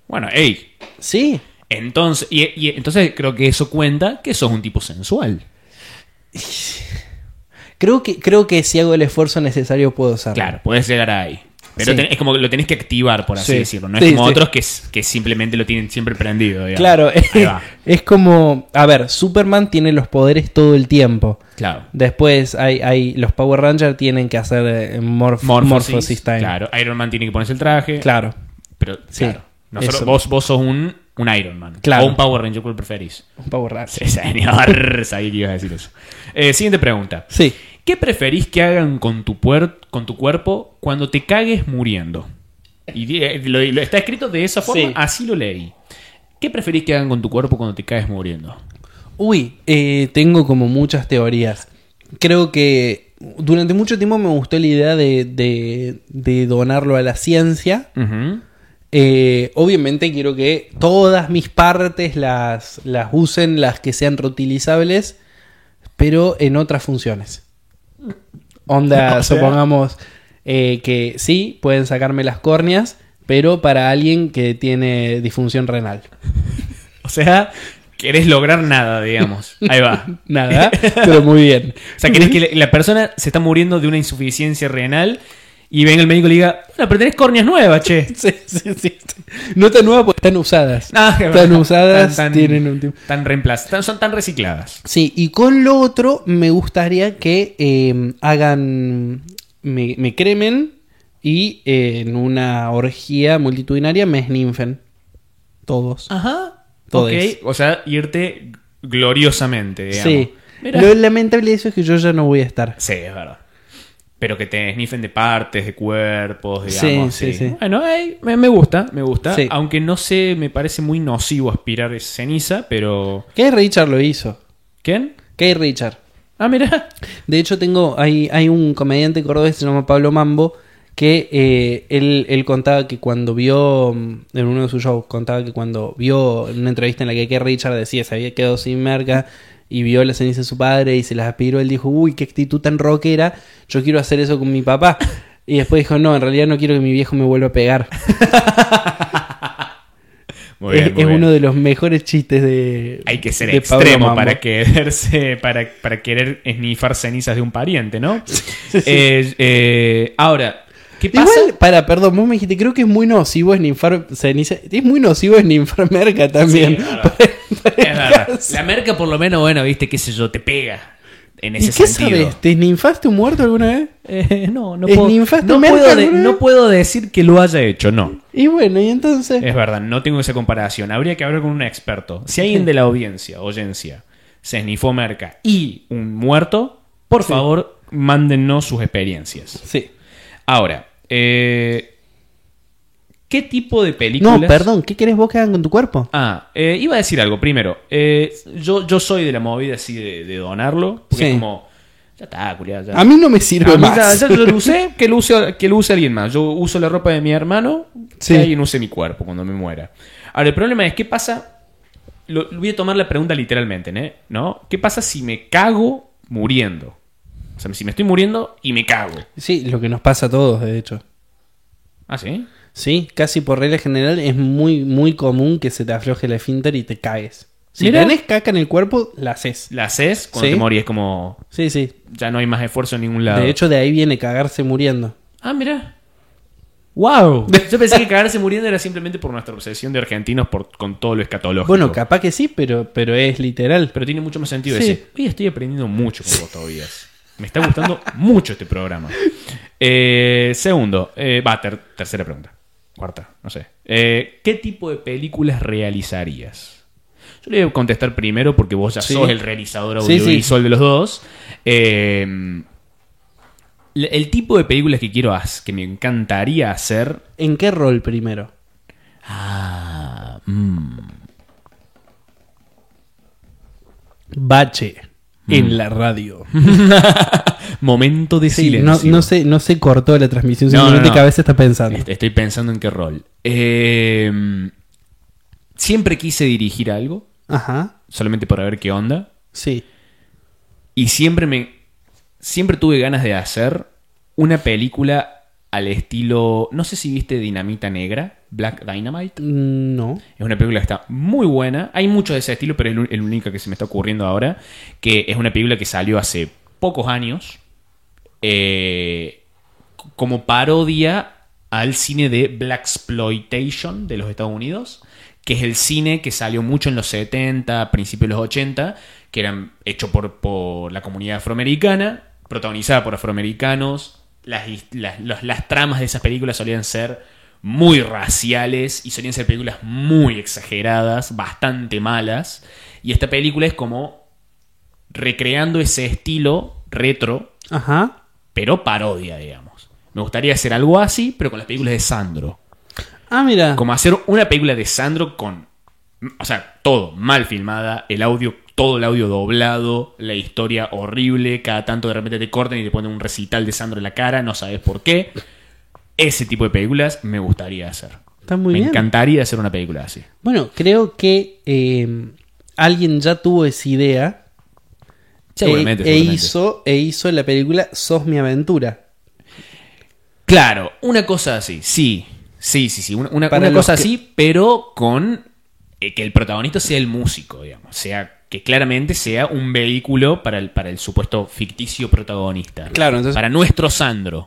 Speaker 1: Bueno, hey.
Speaker 3: Sí,
Speaker 1: Entonces, y, y entonces creo que eso cuenta que sos un tipo sensual.
Speaker 3: creo que, creo que si hago el esfuerzo necesario puedo hacerlo.
Speaker 1: Claro, puedes llegar ahí. Pero
Speaker 3: Sí.
Speaker 1: ten- es como que lo tenés que activar, por así
Speaker 3: Sí.
Speaker 1: decirlo. No es
Speaker 3: Sí,
Speaker 1: como
Speaker 3: sí.
Speaker 1: otros que, s- que simplemente lo tienen siempre prendido. digamos.
Speaker 3: Claro, es,
Speaker 1: Ahí va.
Speaker 3: es como, a ver, Superman tiene los poderes todo el tiempo.
Speaker 1: Claro.
Speaker 3: Después hay, hay los Power Rangers tienen que hacer eh, morph-
Speaker 1: Morphosis,
Speaker 3: Morphosis Time.
Speaker 1: Claro. Iron Man tiene que ponerse el traje.
Speaker 3: Claro.
Speaker 1: Pero,
Speaker 3: Sí,
Speaker 1: claro. Nosotros-
Speaker 3: eso.
Speaker 1: vos, vos sos un, un Iron Man.
Speaker 3: Claro.
Speaker 1: O un Power Ranger, ¿cuál preferís?
Speaker 3: Un Power
Speaker 1: Sí,
Speaker 3: Ranger.
Speaker 1: señor. Sabía que ibas a decir eso. Eh, siguiente pregunta.
Speaker 3: Sí.
Speaker 1: ¿Qué preferís que hagan con tu, puer- con tu cuerpo cuando te cagues muriendo? Y di- eh, lo, lo- está escrito de esa forma,
Speaker 3: Sí.
Speaker 1: así lo leí. ¿Qué preferís que hagan con tu cuerpo cuando te caes muriendo?
Speaker 3: Uy, eh, tengo como muchas teorías. Creo que durante mucho tiempo me gustó la idea de, de- de donarlo a la ciencia.
Speaker 1: Ujú.
Speaker 3: Eh, obviamente quiero que todas mis partes las, las usen, las que sean reutilizables, pero en otras funciones. Onda,
Speaker 1: O sea-
Speaker 3: supongamos eh, que sí, pueden sacarme las córneas, pero para alguien que tiene disfunción renal.
Speaker 1: O sea, querés lograr nada, digamos. Ahí va.
Speaker 3: Nada, pero muy bien.
Speaker 1: O sea, querés que la- la persona se está muriendo de una insuficiencia renal y venga el médico y le diga, bueno, pero tenés córneas nuevas, che.
Speaker 3: Sí, sí, sí. No tan nueva porque están usadas.
Speaker 1: Ah, es
Speaker 3: están
Speaker 1: verdad.
Speaker 3: usadas,
Speaker 1: Tan- tan-
Speaker 3: tienen un tipo.
Speaker 1: Tan reemplaz- tan- son tan recicladas.
Speaker 3: Sí, y con lo otro me gustaría que eh, hagan, me, me cremen y eh, en una orgía multitudinaria me esninfen. Todos.
Speaker 1: Ajá.
Speaker 3: Todes.
Speaker 1: O sea, irte gloriosamente, digamos.
Speaker 3: sí.
Speaker 1: Mirá.
Speaker 3: Lo lamentable de eso es que yo ya no voy a estar.
Speaker 1: Sí, es verdad. Pero que te sniffen de partes, de cuerpos, digamos. Sí,
Speaker 3: Sí, sí, sí.
Speaker 1: Bueno, ay, me, me gusta, me gusta.
Speaker 3: Sí.
Speaker 1: Aunque no sé, me parece muy nocivo aspirar esa ceniza, pero...
Speaker 3: Kay Richard lo hizo.
Speaker 1: ¿Quién?
Speaker 3: Kay Richard.
Speaker 1: Ah, mira.
Speaker 3: De hecho, tengo, hay, hay un comediante cordobés que se llama Pablo Mambo, que eh, él, él contaba que cuando vio, mm, en uno de sus shows, contaba que cuando vio en una entrevista en la que Keith Richard decía se había quedado sin merca y vio las cenizas de su padre y se las aspiró, él dijo, uy, qué actitud tan rockera, yo quiero hacer eso con mi papá. Y después dijo, no, en realidad no quiero que mi viejo me vuelva a pegar.
Speaker 1: Muy bien,
Speaker 3: es
Speaker 1: muy
Speaker 3: es
Speaker 1: bien.
Speaker 3: uno de los mejores chistes de...
Speaker 1: Hay que ser
Speaker 3: de Pablo
Speaker 1: extremo
Speaker 3: Mambo.
Speaker 1: para quererse, para, para querer esnifar cenizas de un pariente, ¿no? Eh, eh, ahora, ¿qué pasa?
Speaker 3: Igual, para, perdón, vos me dijiste, creo que es muy nocivo es ninfar ceniza. Es muy nocivo es ninfar merca también.
Speaker 1: Sí, es verdad. Es verdad. La merca, por lo menos, bueno, viste, qué sé yo, te pega. En
Speaker 3: ¿Y
Speaker 1: ese
Speaker 3: qué
Speaker 1: sentido.
Speaker 3: sabes? ¿Te ninfaste un muerto alguna vez?
Speaker 1: Eh, no, no
Speaker 3: ¿Es
Speaker 1: puedo,
Speaker 3: ninfaste
Speaker 1: no,
Speaker 3: merca
Speaker 1: puedo de-
Speaker 3: alguna vez?
Speaker 1: no puedo decir que lo haya hecho, no.
Speaker 3: Y bueno, y entonces.
Speaker 1: Es verdad, no tengo esa comparación. Habría que hablar con un experto. Si alguien de la audiencia, oyencia, se esnifó merca y un muerto, por
Speaker 3: Sí.
Speaker 1: favor, mándennos sus experiencias.
Speaker 3: Sí.
Speaker 1: Ahora, eh, ¿qué tipo de películas?
Speaker 3: No, perdón, ¿qué querés vos que hagan con tu cuerpo?
Speaker 1: Ah, eh, iba a decir algo. Primero, eh, yo, yo soy de la movida así de, de donarlo. Porque
Speaker 3: Sí.
Speaker 1: es como, ya está, culiado. ya-
Speaker 3: A mí no me sirve
Speaker 1: A mí ya-
Speaker 3: más.
Speaker 1: ya yo lo usé, que lo use, que lo use alguien más. Yo uso la ropa de mi hermano,
Speaker 3: Sí.
Speaker 1: que alguien use mi cuerpo cuando me muera. Ahora, el problema es, ¿qué pasa? Lo, lo voy a tomar la pregunta literalmente, ¿eh? ¿no? ¿Qué pasa si me cago muriendo? O sea, si me estoy muriendo y me cago.
Speaker 3: Sí, lo que nos pasa a todos, de hecho.
Speaker 1: ¿Ah, sí?
Speaker 3: Sí, casi por regla general es muy, muy común que se te afloje el esfínter y te caes. Si
Speaker 1: Mirá.
Speaker 3: tenés caca en el cuerpo, la haces.
Speaker 1: La haces cuando
Speaker 3: Sí.
Speaker 1: te morís, es como
Speaker 3: Sí, sí.
Speaker 1: ya no hay más esfuerzo en ningún lado.
Speaker 3: De hecho, de ahí viene cagarse muriendo.
Speaker 1: Ah, mira. ¡Wow! Yo pensé que cagarse muriendo era simplemente por nuestra obsesión de argentinos por, con todo lo escatológico.
Speaker 3: Bueno, capaz que sí, pero, pero es literal.
Speaker 1: Pero tiene mucho más sentido
Speaker 3: Sí.
Speaker 1: decir, hoy estoy aprendiendo mucho con vos todavía. Me está gustando mucho este programa. Eh, segundo, eh, va, ter- tercera pregunta. Cuarta, no sé. Eh, ¿Qué tipo de películas realizarías? Yo le voy a contestar primero porque vos ya
Speaker 3: Sí.
Speaker 1: sos el realizador
Speaker 3: Sí, sí.
Speaker 1: audiovisual de los dos. Eh, le- el tipo de películas que quiero hacer, que me encantaría hacer.
Speaker 3: ¿En qué rol primero?
Speaker 1: Ah, mm,
Speaker 3: Bache
Speaker 1: Mm.
Speaker 3: en la radio.
Speaker 1: momento de
Speaker 3: Sí, no,
Speaker 1: silencio.
Speaker 3: no se, no se cortó la transmisión,
Speaker 1: No,
Speaker 3: simplemente
Speaker 1: no, Este- no.
Speaker 3: que a veces está pensando.
Speaker 1: Est- Estoy pensando en qué rol. Eh, siempre quise dirigir algo,
Speaker 3: Ajá,
Speaker 1: solamente para ver qué onda.
Speaker 3: sí.
Speaker 1: Y siempre me. Siempre tuve ganas de hacer una película al estilo. No sé si viste Dinamita Negra, Black Dynamite.
Speaker 3: Mm, No.
Speaker 1: Es una película que está muy buena. Hay muchos de ese estilo, pero es el- el único que se me está ocurriendo ahora. Que es una película que salió hace pocos años. eh, como parodia al cine de Black Exploitation de los Estados Unidos, que es el cine que salió mucho en los 70, principios de los 80, que eran hecho por, por la comunidad afroamericana, protagonizada por afroamericanos. Las, his- las- los- las tramas de esas películas solían ser muy raciales y solían ser películas muy exageradas, bastante malas. Y esta película es como recreando ese estilo retro
Speaker 3: Ajá.
Speaker 1: pero parodia, digamos. Me gustaría hacer algo así, pero con las películas de Sandro.
Speaker 3: Ah, mira.
Speaker 1: Como hacer una película de Sandro con. O sea, todo mal filmada, el audio, todo el audio doblado, la historia horrible, cada tanto de repente te cortan y te ponen un recital de Sandro en la cara, no sabes por qué. Ese tipo de películas me gustaría hacer.
Speaker 3: Está muy
Speaker 1: me
Speaker 3: bien.
Speaker 1: encantaría hacer una película así.
Speaker 3: Bueno, creo que eh, alguien ya tuvo esa idea.
Speaker 1: Seguramente,
Speaker 3: e, e
Speaker 1: seguramente.
Speaker 3: hizo, e hizo la película Sos mi aventura.
Speaker 1: Claro, una cosa así, sí. Sí, sí, sí. Una, una-
Speaker 3: Para
Speaker 1: una
Speaker 3: los
Speaker 1: cosa
Speaker 3: que-
Speaker 1: así, pero con eh, que el protagonista sea el músico, digamos. Sea que claramente sea un vehículo para el, para el supuesto ficticio protagonista.
Speaker 3: Claro, entonces-
Speaker 1: Para nuestro Sandro.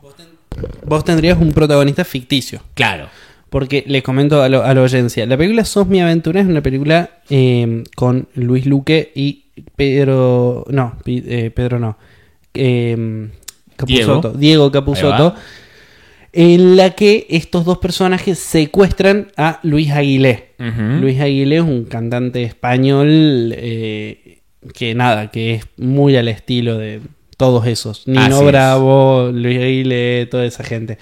Speaker 3: Vos tendrías un protagonista ficticio.
Speaker 1: Claro.
Speaker 3: Porque les comento a, lo- a la audiencia. La película Sos mi aventura es una película eh, con Luis Luque y Pedro. No, Pi- eh, Pedro no. Eh, Capusotto.
Speaker 1: Diego.
Speaker 3: Diego Capusotto.
Speaker 1: va.
Speaker 3: En la que estos dos personajes secuestran a Luis Aguilé.
Speaker 1: Ujú.
Speaker 3: Luis Aguilé es un cantante español eh, que nada, que es muy al estilo de todos esos. Nino
Speaker 1: Así es.
Speaker 3: Bravo, Luis Aguilé, toda esa gente.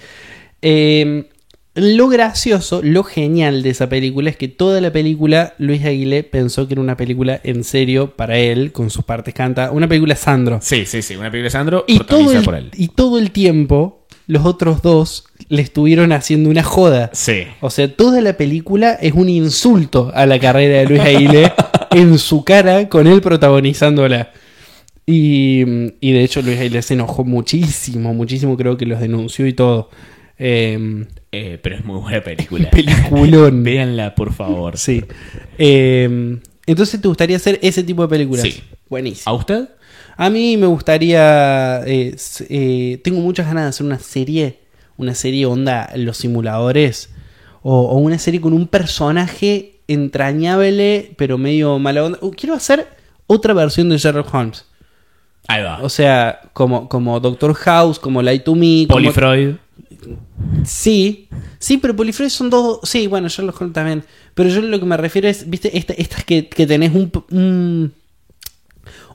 Speaker 3: Eh, lo gracioso, lo genial de esa película es que toda la película Luis Aguilé pensó que era una película en serio para él, con sus partes canta, una película Sandro.
Speaker 1: Sí, sí, sí. Una película de Sandro
Speaker 3: Y todo,
Speaker 1: protagonizada
Speaker 3: el,
Speaker 1: por él.
Speaker 3: y todo el tiempo los otros dos le estuvieron haciendo una joda.
Speaker 1: Sí.
Speaker 3: O sea, toda la película es un insulto a la carrera de Luis Aguilé en su cara con él protagonizándola. Y, y de hecho Luis Aguilé se enojó muchísimo, muchísimo, creo que los denunció y todo. Eh,
Speaker 1: Eh, pero es muy buena película.
Speaker 3: peliculón.
Speaker 1: Véanla, por favor.
Speaker 3: sí. Eh, entonces te gustaría hacer ese tipo de películas.
Speaker 1: Sí. ¿A
Speaker 3: Buenísimo.
Speaker 1: usted?
Speaker 3: A mí me gustaría... eh, s- eh, tengo muchas ganas de hacer una serie, una serie onda Los Simuladores, o, o una serie con un personaje entrañable, pero medio mala onda. Uh, quiero hacer otra versión de Sherlock Holmes.
Speaker 1: Ahí va.
Speaker 3: O sea, como, como Doctor House, como Light to Me. como-
Speaker 1: Polifroid.
Speaker 3: Sí, sí, pero Polifroid son dos. Sí, bueno, yo los Holmes también. Pero yo lo que me refiero es, viste, Esta- estas que, que tenés un, p- un.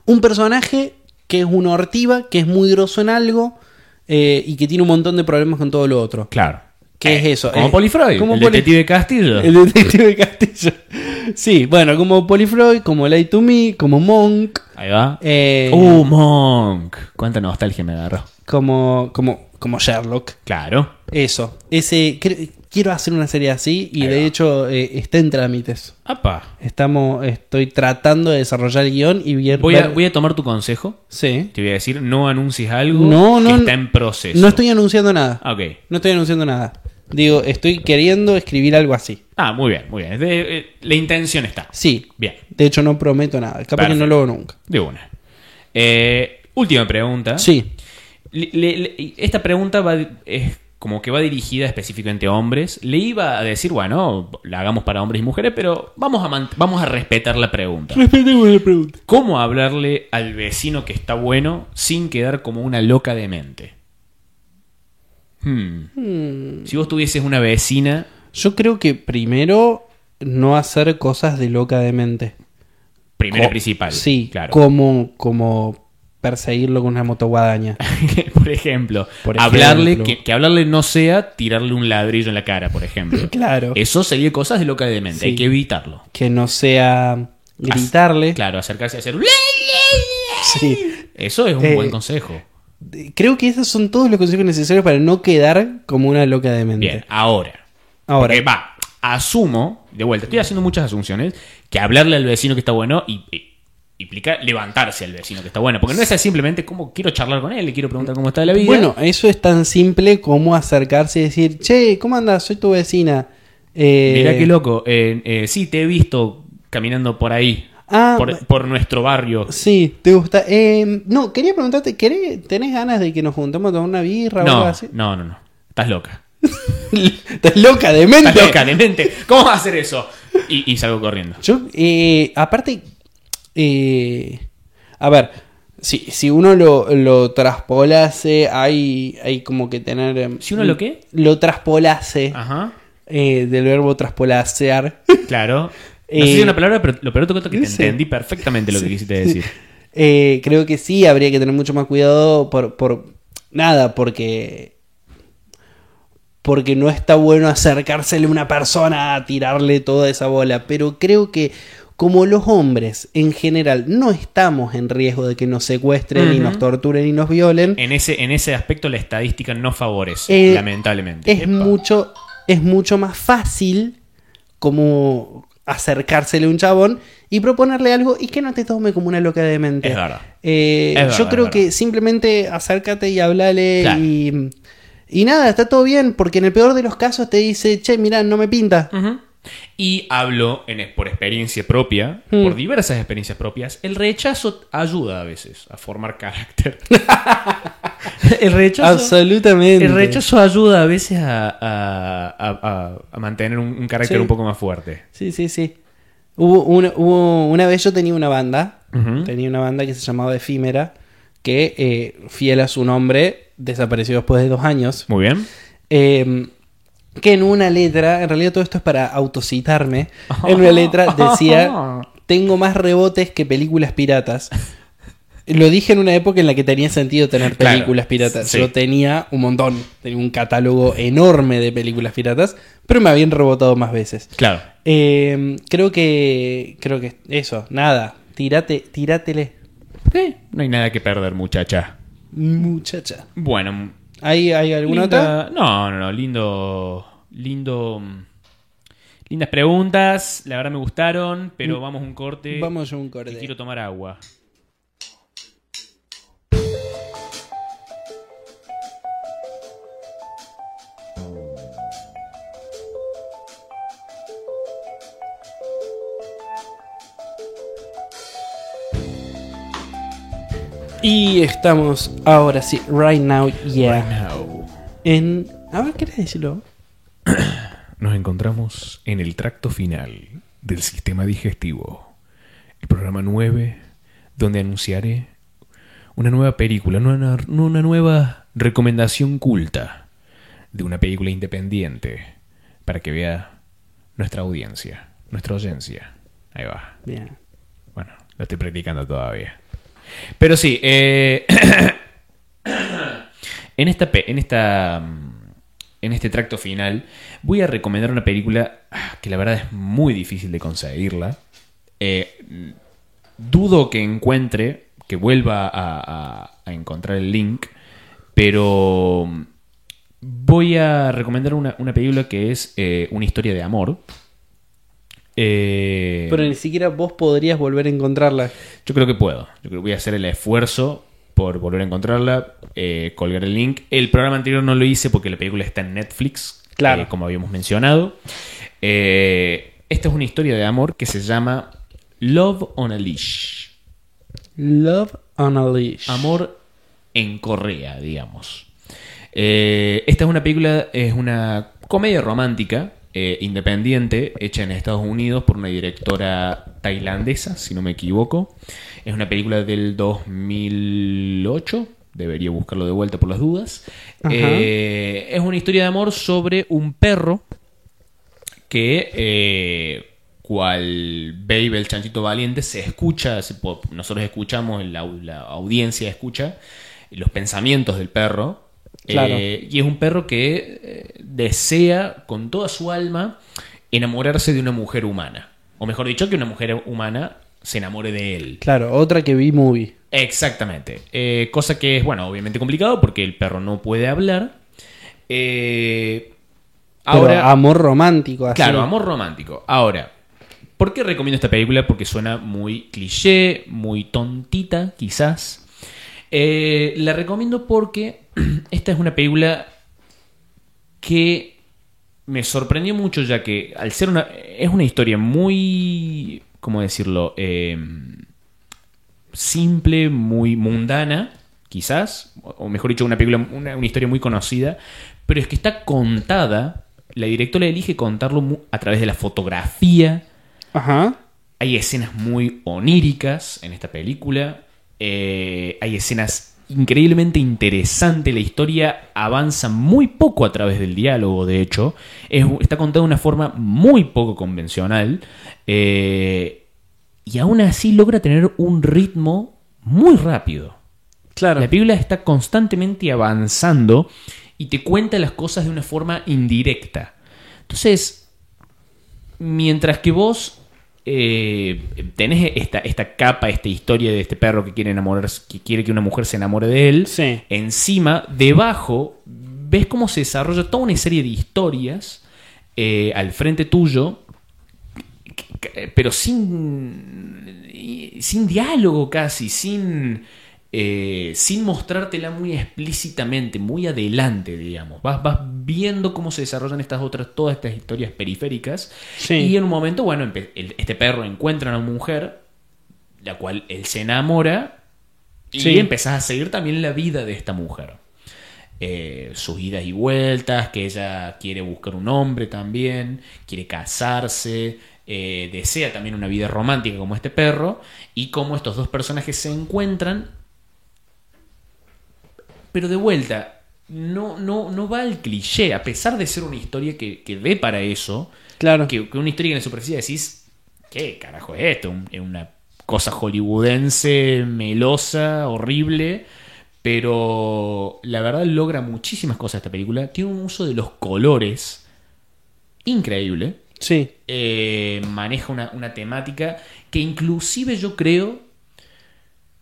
Speaker 3: un personaje que es una ortiva, que es muy grosso en algo eh, y que tiene un montón de problemas con todo lo otro.
Speaker 1: Claro.
Speaker 3: ¿Qué
Speaker 1: Eh,
Speaker 3: es eso?
Speaker 1: Como
Speaker 3: Eh,
Speaker 1: Polifroid.
Speaker 3: como
Speaker 1: el
Speaker 3: Poli-
Speaker 1: detective Castillo.
Speaker 3: El detective Castillo. Sí, bueno, como Polifroid, como Light to Me, como Monk,
Speaker 1: Ahí va.
Speaker 3: Eh,
Speaker 1: uh, Monk. Cuánta nostalgia me agarró.
Speaker 3: como, como, como Sherlock.
Speaker 1: Claro.
Speaker 3: Eso, ese. cre- Quiero hacer una serie así y
Speaker 1: Ahí
Speaker 3: de
Speaker 1: va.
Speaker 3: hecho eh, está en trámites.
Speaker 1: Apa.
Speaker 3: Estamos, estoy tratando de desarrollar el guión y bien.
Speaker 1: Voy a, voy a tomar tu consejo.
Speaker 3: Sí.
Speaker 1: Te voy a decir, no anuncies algo
Speaker 3: No, no,
Speaker 1: que
Speaker 3: no.
Speaker 1: está en proceso.
Speaker 3: No estoy anunciando nada.
Speaker 1: Ah, Ok.
Speaker 3: No estoy anunciando nada. Digo, estoy queriendo escribir algo así.
Speaker 1: Ah, muy bien, muy bien. De- eh, la intención está.
Speaker 3: Sí.
Speaker 1: Bien,
Speaker 3: De hecho, no prometo nada. Capaz que
Speaker 1: Perfecto.
Speaker 3: no lo hago nunca.
Speaker 1: de una. Eh, última pregunta.
Speaker 3: Sí.
Speaker 1: Le- le- le- esta pregunta va, di- es como que va dirigida específicamente a hombres. Le iba a decir, bueno, la hagamos para hombres y mujeres, pero vamos a, man- vamos a respetar la pregunta.
Speaker 3: Respetemos la pregunta.
Speaker 1: ¿Cómo hablarle al vecino que está bueno sin quedar como una loca de mente? Hmm. Si vos tuvieses una vecina,
Speaker 3: Yo creo que primero no hacer cosas de loca de mente.
Speaker 1: primero y
Speaker 3: Co-
Speaker 1: principal.
Speaker 3: Sí,
Speaker 1: claro.
Speaker 3: Como, como perseguirlo con una motoguadaña.
Speaker 1: por ejemplo,
Speaker 3: Por
Speaker 1: hablarle
Speaker 3: ejemplo.
Speaker 1: que, que hablarle no sea tirarle un ladrillo en la cara, por ejemplo.
Speaker 3: Claro.
Speaker 1: Eso sería cosas de loca de mente.
Speaker 3: Sí.
Speaker 1: Hay que evitarlo.
Speaker 3: Que no sea gritarle.
Speaker 1: Claro, acercarse a hacer.
Speaker 3: Sí.
Speaker 1: Eso es un
Speaker 3: Eh,
Speaker 1: buen consejo.
Speaker 3: Creo que esos son todos los consejos necesarios para no quedar como una loca de mente.
Speaker 1: Bien, ahora.
Speaker 3: Ahora,
Speaker 1: Porque, va, asumo, de vuelta, estoy haciendo muchas asunciones, que hablarle al vecino que está bueno y, y- implica levantarse al vecino que está bueno. Porque no es simplemente como quiero charlar con él, le quiero preguntar cómo está la vida.
Speaker 3: bueno, eso es tan simple como acercarse y decir, che, ¿cómo andas? Soy tu vecina. Eh,
Speaker 1: Mirá qué loco. eh, eh, sí, te he visto caminando por ahí.
Speaker 3: Ah,
Speaker 1: por,
Speaker 3: me-
Speaker 1: por nuestro barrio.
Speaker 3: Sí, ¿te gusta? Eh, no, quería
Speaker 1: ah,
Speaker 3: preguntarte, ¿querés- ¿tenés ganas de que nos juntemos a tomar una birra o algo
Speaker 1: No,
Speaker 3: así?
Speaker 1: no, no, no. Estás loca.
Speaker 3: Estás loca de mente.
Speaker 1: Estás loca, demente. ¿Cómo vas a hacer eso? Y, y salgo corriendo.
Speaker 3: Yo, eh, aparte, eh, a ver, si, si uno lo, lo traspolase, hay, hay como que tener... em,
Speaker 1: ¿Si uno lo qué? Ah.
Speaker 3: Lo traspolase,
Speaker 1: Ajá.
Speaker 3: eh, del verbo traspolasear.
Speaker 1: Claro. No
Speaker 3: Eh,
Speaker 1: sé si es una palabra, pero lo peor de todo es que te
Speaker 3: sí.
Speaker 1: entendí perfectamente lo que quisiste decir.
Speaker 3: Eh, creo que sí, habría que tener mucho más cuidado por, por nada, porque porque no está bueno acercársele a una persona a tirarle toda esa bola, pero creo que como los hombres en general no estamos en riesgo de que nos secuestren y
Speaker 1: Ujú.
Speaker 3: nos torturen y nos violen,
Speaker 1: En ese, en ese aspecto la estadística no favorece,
Speaker 3: Eh,
Speaker 1: lamentablemente.
Speaker 3: es
Speaker 1: Epa.
Speaker 3: mucho es mucho más fácil como acercársele a un chabón y proponerle algo y que no te tome como una loca de mente.
Speaker 1: Es verdad.
Speaker 3: Eh,
Speaker 1: Es verdad,
Speaker 3: yo creo
Speaker 1: es
Speaker 3: que
Speaker 1: verdad.
Speaker 3: simplemente acércate y hablale
Speaker 1: Claro.
Speaker 3: y, y nada, está todo bien, porque en el peor de los casos te dice, che, mirá, no me pinta.
Speaker 1: Ujú. Y hablo en- por experiencia propia,
Speaker 3: Mm.
Speaker 1: por diversas experiencias propias. El rechazo ayuda a veces a formar carácter. el rechazo.
Speaker 3: Absolutamente.
Speaker 1: El rechazo ayuda a veces a, a- a- a- a mantener un, un carácter
Speaker 3: Sí.
Speaker 1: un poco más fuerte.
Speaker 3: Sí, sí, sí. Hubo una, hubo- una vez yo tenía una banda,
Speaker 1: Ujú.
Speaker 3: tenía una banda que se llamaba Efímera, que eh, fiel a su nombre, desapareció después de dos años.
Speaker 1: Muy bien.
Speaker 3: Eh, que en una letra, en realidad todo esto es para autocitarme, en una letra decía, tengo más rebotes que películas piratas. Lo dije en una época en la que tenía sentido tener
Speaker 1: Claro,
Speaker 3: películas piratas.
Speaker 1: sí.
Speaker 3: Yo tenía un montón, tenía un catálogo enorme de películas piratas, pero me habían rebotado más veces.
Speaker 1: Claro.
Speaker 3: Eh, creo que, creo que eso, nada, tírate, tíratele,
Speaker 1: No hay nada que perder, muchacha.
Speaker 3: muchacha.
Speaker 1: Bueno,
Speaker 3: ¿Hay, hay alguna otra?
Speaker 1: Linda- No, no, no. Lindo. Lindo. mm, Lindas preguntas. La verdad me gustaron, pero vamos a un corte.
Speaker 3: Mm, Vamos a un
Speaker 1: que
Speaker 3: corte.
Speaker 1: quiero tomar agua.
Speaker 3: Y estamos ahora sí, right now, yeah. En. A ver, ¿querés decirlo?
Speaker 1: Nos encontramos en el tracto final del sistema digestivo. El programa 9, donde anunciaré una nueva película, una, una nueva recomendación culta de una película independiente para que vea nuestra audiencia, nuestra audiencia. Ahí va.
Speaker 3: Bien.
Speaker 1: Bueno, lo estoy practicando todavía. Pero sí, eh, en, esta, pe- en, esta, mm, en este tracto final voy a recomendar una película ah, que la verdad es muy difícil de conseguirla. Eh, mm, dudo que encuentre, que vuelva a, a- a encontrar el link, pero mm, voy a recomendar una, una película que es eh, una historia de amor. Eh,
Speaker 3: Pero ni siquiera vos podrías volver a encontrarla.
Speaker 1: yo creo que puedo. Yo creo que voy a hacer el esfuerzo por volver a encontrarla, eh, colgar el link. El programa anterior no lo hice porque la película está en Netflix,
Speaker 3: Claro.
Speaker 1: eh, como habíamos mencionado. Eh, esta es una historia de amor que se llama Love on a Leash.
Speaker 3: Love on a leash.
Speaker 1: Amor en Correa, digamos. Eh, esta es una película, es una comedia romántica eh, independiente hecha en Estados Unidos por una directora tailandesa, si no me equivoco. Es una película del 2008, debería buscarlo de vuelta por las dudas.
Speaker 3: Ajá.
Speaker 1: Eh, es una historia de amor sobre un perro que eh, cual Babe el chanchito valiente se escucha, se po- nosotros escuchamos, la, la audiencia escucha los pensamientos del perro.
Speaker 3: Claro.
Speaker 1: Eh, y es un perro que eh, desea con toda su alma enamorarse de una mujer humana. O mejor dicho, que una mujer humana se enamore de él.
Speaker 3: Claro, otra que vi movie.
Speaker 1: Exactamente. Eh, cosa que es, bueno, obviamente complicado porque el perro no puede hablar. Eh,
Speaker 3: Pero amor romántico, así.
Speaker 1: Claro, amor romántico. Ahora, ¿por qué recomiendo esta película? Porque suena muy cliché, muy tontita, quizás. Eh, la recomiendo porque esta es una película que me sorprendió mucho, ya que al ser una. Es una historia muy. ¿Cómo decirlo? Eh, simple, muy mundana, quizás, o- o mejor dicho, una película, una, una historia muy conocida, pero es que está contada, la directora elige contarlo mu- a través de la fotografía,
Speaker 3: Ajá.
Speaker 1: hay escenas muy oníricas en esta película. eh, hay escenas increíblemente interesantes. La historia avanza muy poco a través del diálogo, de hecho. Es- está contada de una forma muy poco convencional. eh, y aún así logra tener un ritmo muy rápido.
Speaker 3: Claro.
Speaker 1: La Biblia está constantemente avanzando y te cuenta las cosas de una forma indirecta. Entonces, mientras que vos eh, tenés esta, esta capa, esta historia de este perro que quiere enamorarse, que quiere que una mujer se enamore de él,
Speaker 3: Sí.
Speaker 1: encima, debajo, ves cómo se desarrolla toda una serie de historias eh, al frente tuyo, que- que- eh, pero sin, sin diálogo casi, sin, eh, sin mostrártela muy explícitamente, muy adelante, digamos. Vas, vas viendo cómo se desarrollan estas otras, todas estas historias periféricas.
Speaker 3: Sí.
Speaker 1: Y en un momento, bueno, empe- el- este perro encuentra a una mujer, la cual él se enamora, y
Speaker 3: Sí.
Speaker 1: empezás a seguir también la vida de esta mujer. Eh, sus idas y vueltas, que ella quiere buscar un hombre también, quiere casarse, eh, desea también una vida romántica como este perro, y cómo estos dos personajes se encuentran. Pero de vuelta, no, no, no va al cliché, a pesar de ser una historia que, que dé para eso,
Speaker 3: Claro.
Speaker 1: que, que una historia que en la superficie decís, ¿qué carajo es esto? Un- es una cosa hollywoodense, melosa, horrible. Pero la verdad logra muchísimas cosas esta película. Tiene un uso de los colores increíble.
Speaker 3: Sí.
Speaker 1: Eh, maneja una, una temática que inclusive yo creo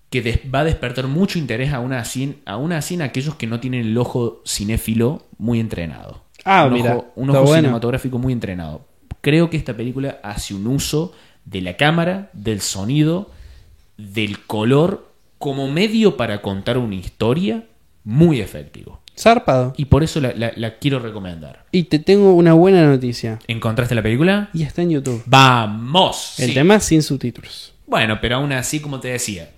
Speaker 1: que des- va a despertar mucho interés aún así, en- aún así en aquellos que no tienen el ojo cinéfilo muy entrenado.
Speaker 3: Ah,
Speaker 1: un
Speaker 3: mira,
Speaker 1: ojo, un
Speaker 3: está
Speaker 1: ojo
Speaker 3: bueno.
Speaker 1: cinematográfico muy entrenado. Creo que esta película hace un uso de la cámara, del sonido, del color como medio para contar una historia muy efectivo.
Speaker 3: Zarpado.
Speaker 1: Y por eso la, la- la quiero recomendar.
Speaker 3: Y te tengo una buena noticia.
Speaker 1: ¿Encontraste la película?
Speaker 3: Y está en YouTube.
Speaker 1: ¡Vamos!
Speaker 3: El
Speaker 1: Sí.
Speaker 3: tema sin subtítulos.
Speaker 1: Bueno, pero aún así, como te decía,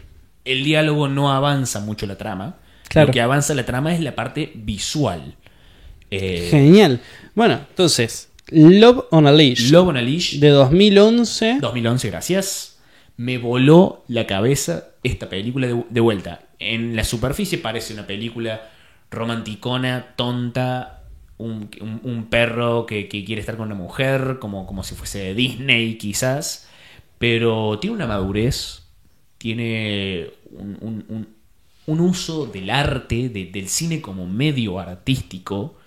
Speaker 1: el diálogo no avanza mucho la trama.
Speaker 3: Claro.
Speaker 1: Lo que avanza la trama es la parte visual. Eh,
Speaker 3: Genial. Bueno, entonces, Love on a Leash
Speaker 1: Love on a Leash,
Speaker 3: de 2011.
Speaker 1: 2011, gracias. Me voló la cabeza esta película de, de vuelta. En la superficie parece una película romanticona, tonta, un, un- un perro que, que quiere estar con una mujer, como, como si fuese de Disney quizás, pero tiene una madurez, tiene un, un- un- un uso del arte, de- del cine como medio artístico,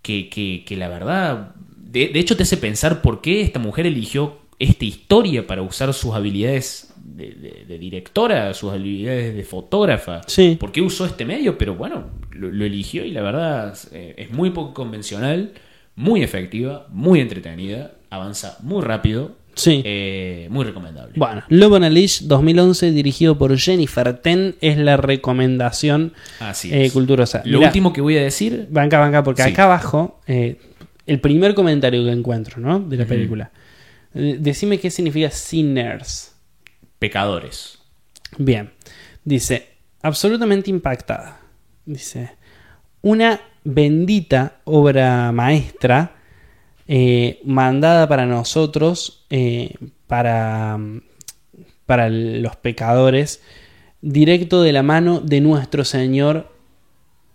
Speaker 1: que, que- que la verdad, de, de hecho te hace pensar por qué esta mujer eligió esta historia para usar sus habilidades de, de- de directora, sus habilidades de fotógrafa.
Speaker 3: Sí.
Speaker 1: ¿Por qué usó este medio? Pero bueno, lo, lo eligió y la verdad eh, es muy poco convencional, muy efectiva, muy entretenida, avanza muy rápido,
Speaker 3: Sí.
Speaker 1: eh, muy recomendable.
Speaker 3: Bueno, Love on a Leash 2011, dirigido por Jennifer Ten, es la recomendación
Speaker 1: Así
Speaker 3: eh,
Speaker 1: es.
Speaker 3: culturosa.
Speaker 1: Lo
Speaker 3: Mirá,
Speaker 1: último que voy a decir,
Speaker 3: Banca, banca, porque
Speaker 1: Sí.
Speaker 3: acá abajo, eh, el primer comentario que encuentro, ¿no? De la película. Eh, Decime qué significa sinners.
Speaker 1: pecadores.
Speaker 3: Bien. Dice, absolutamente impactada. Dice, una bendita obra maestra eh, mandada para nosotros, eh, para, para los pecadores, directo de la mano de nuestro Señor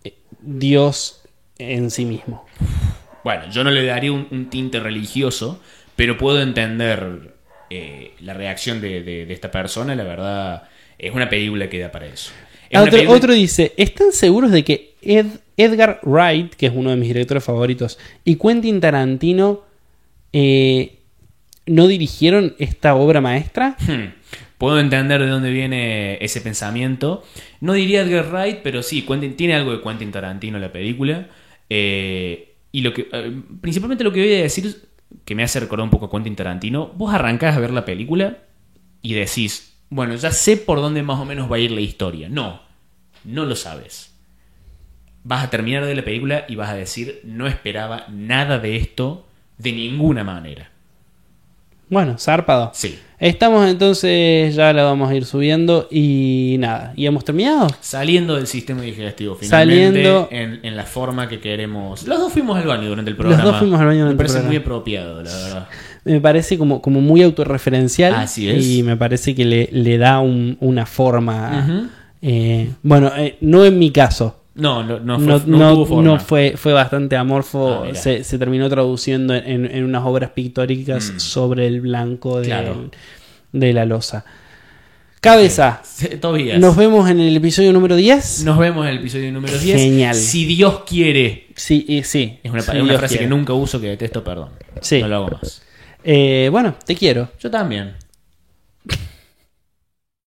Speaker 3: eh, Dios en sí mismo.
Speaker 1: Bueno, yo no le daría un, un tinte religioso, pero puedo entender eh, la reacción de, de- de esta persona. La verdad, es una película que da para eso. Es una
Speaker 3: Otro,
Speaker 1: película-
Speaker 3: otro dice, ¿están seguros de que Ed- Edgar Wright, que es uno de mis directores favoritos, y Quentin Tarantino eh, no dirigieron esta obra maestra?
Speaker 1: Hmm, Puedo entender de dónde viene ese pensamiento. No diría Edgar Wright, pero sí, Quentin- tiene algo de Quentin Tarantino la película. Eh, y lo que eh, principalmente lo que voy a decir, que me hace recordar un poco a Quentin Tarantino, vos arrancás a ver la película y decís, bueno, ya sé por dónde más o menos va a ir la historia. No, no lo sabes. Vas a terminar de la película y vas a decir, no esperaba nada de esto de ninguna manera.
Speaker 3: Bueno, zarpado.
Speaker 1: Sí.
Speaker 3: Estamos entonces, ya la vamos a ir subiendo y nada. ¿Y hemos terminado?
Speaker 1: Saliendo del sistema digestivo, finalmente.
Speaker 3: Saliendo-
Speaker 1: En, en la forma que queremos. Los dos fuimos al baño durante el programa.
Speaker 3: dos fuimos al baño durante
Speaker 1: Me
Speaker 3: el
Speaker 1: parece
Speaker 3: programa.
Speaker 1: muy apropiado, la verdad.
Speaker 3: Me parece como, como muy autorreferencial.
Speaker 1: Así es.
Speaker 3: Y me parece que le, le da un- una forma.
Speaker 1: Ujú.
Speaker 3: eh, bueno, eh, no en mi caso.
Speaker 1: No, no, no, fue,
Speaker 3: No,
Speaker 1: no
Speaker 3: no-
Speaker 1: tuvo forma.
Speaker 3: no fue, fue bastante amorfo.
Speaker 1: Ah, mira.
Speaker 3: se, se terminó traduciendo en, en unas obras pictóricas sobre el blanco de,
Speaker 1: Mm. Claro.
Speaker 3: de la losa. Cabeza.
Speaker 1: Sí, Tobías.
Speaker 3: Nos vemos en el episodio número 10.
Speaker 1: Nos vemos en el episodio número 10.
Speaker 3: Genial.
Speaker 1: Si Dios quiere.
Speaker 3: Sí, eh, sí.
Speaker 1: Es una,
Speaker 3: Sí,
Speaker 1: es una
Speaker 3: Dios
Speaker 1: frase
Speaker 3: quiere.
Speaker 1: que nunca uso, que detesto, perdón.
Speaker 3: Sí.
Speaker 1: No lo hago más.
Speaker 3: Eh, bueno, te quiero.
Speaker 1: Yo también.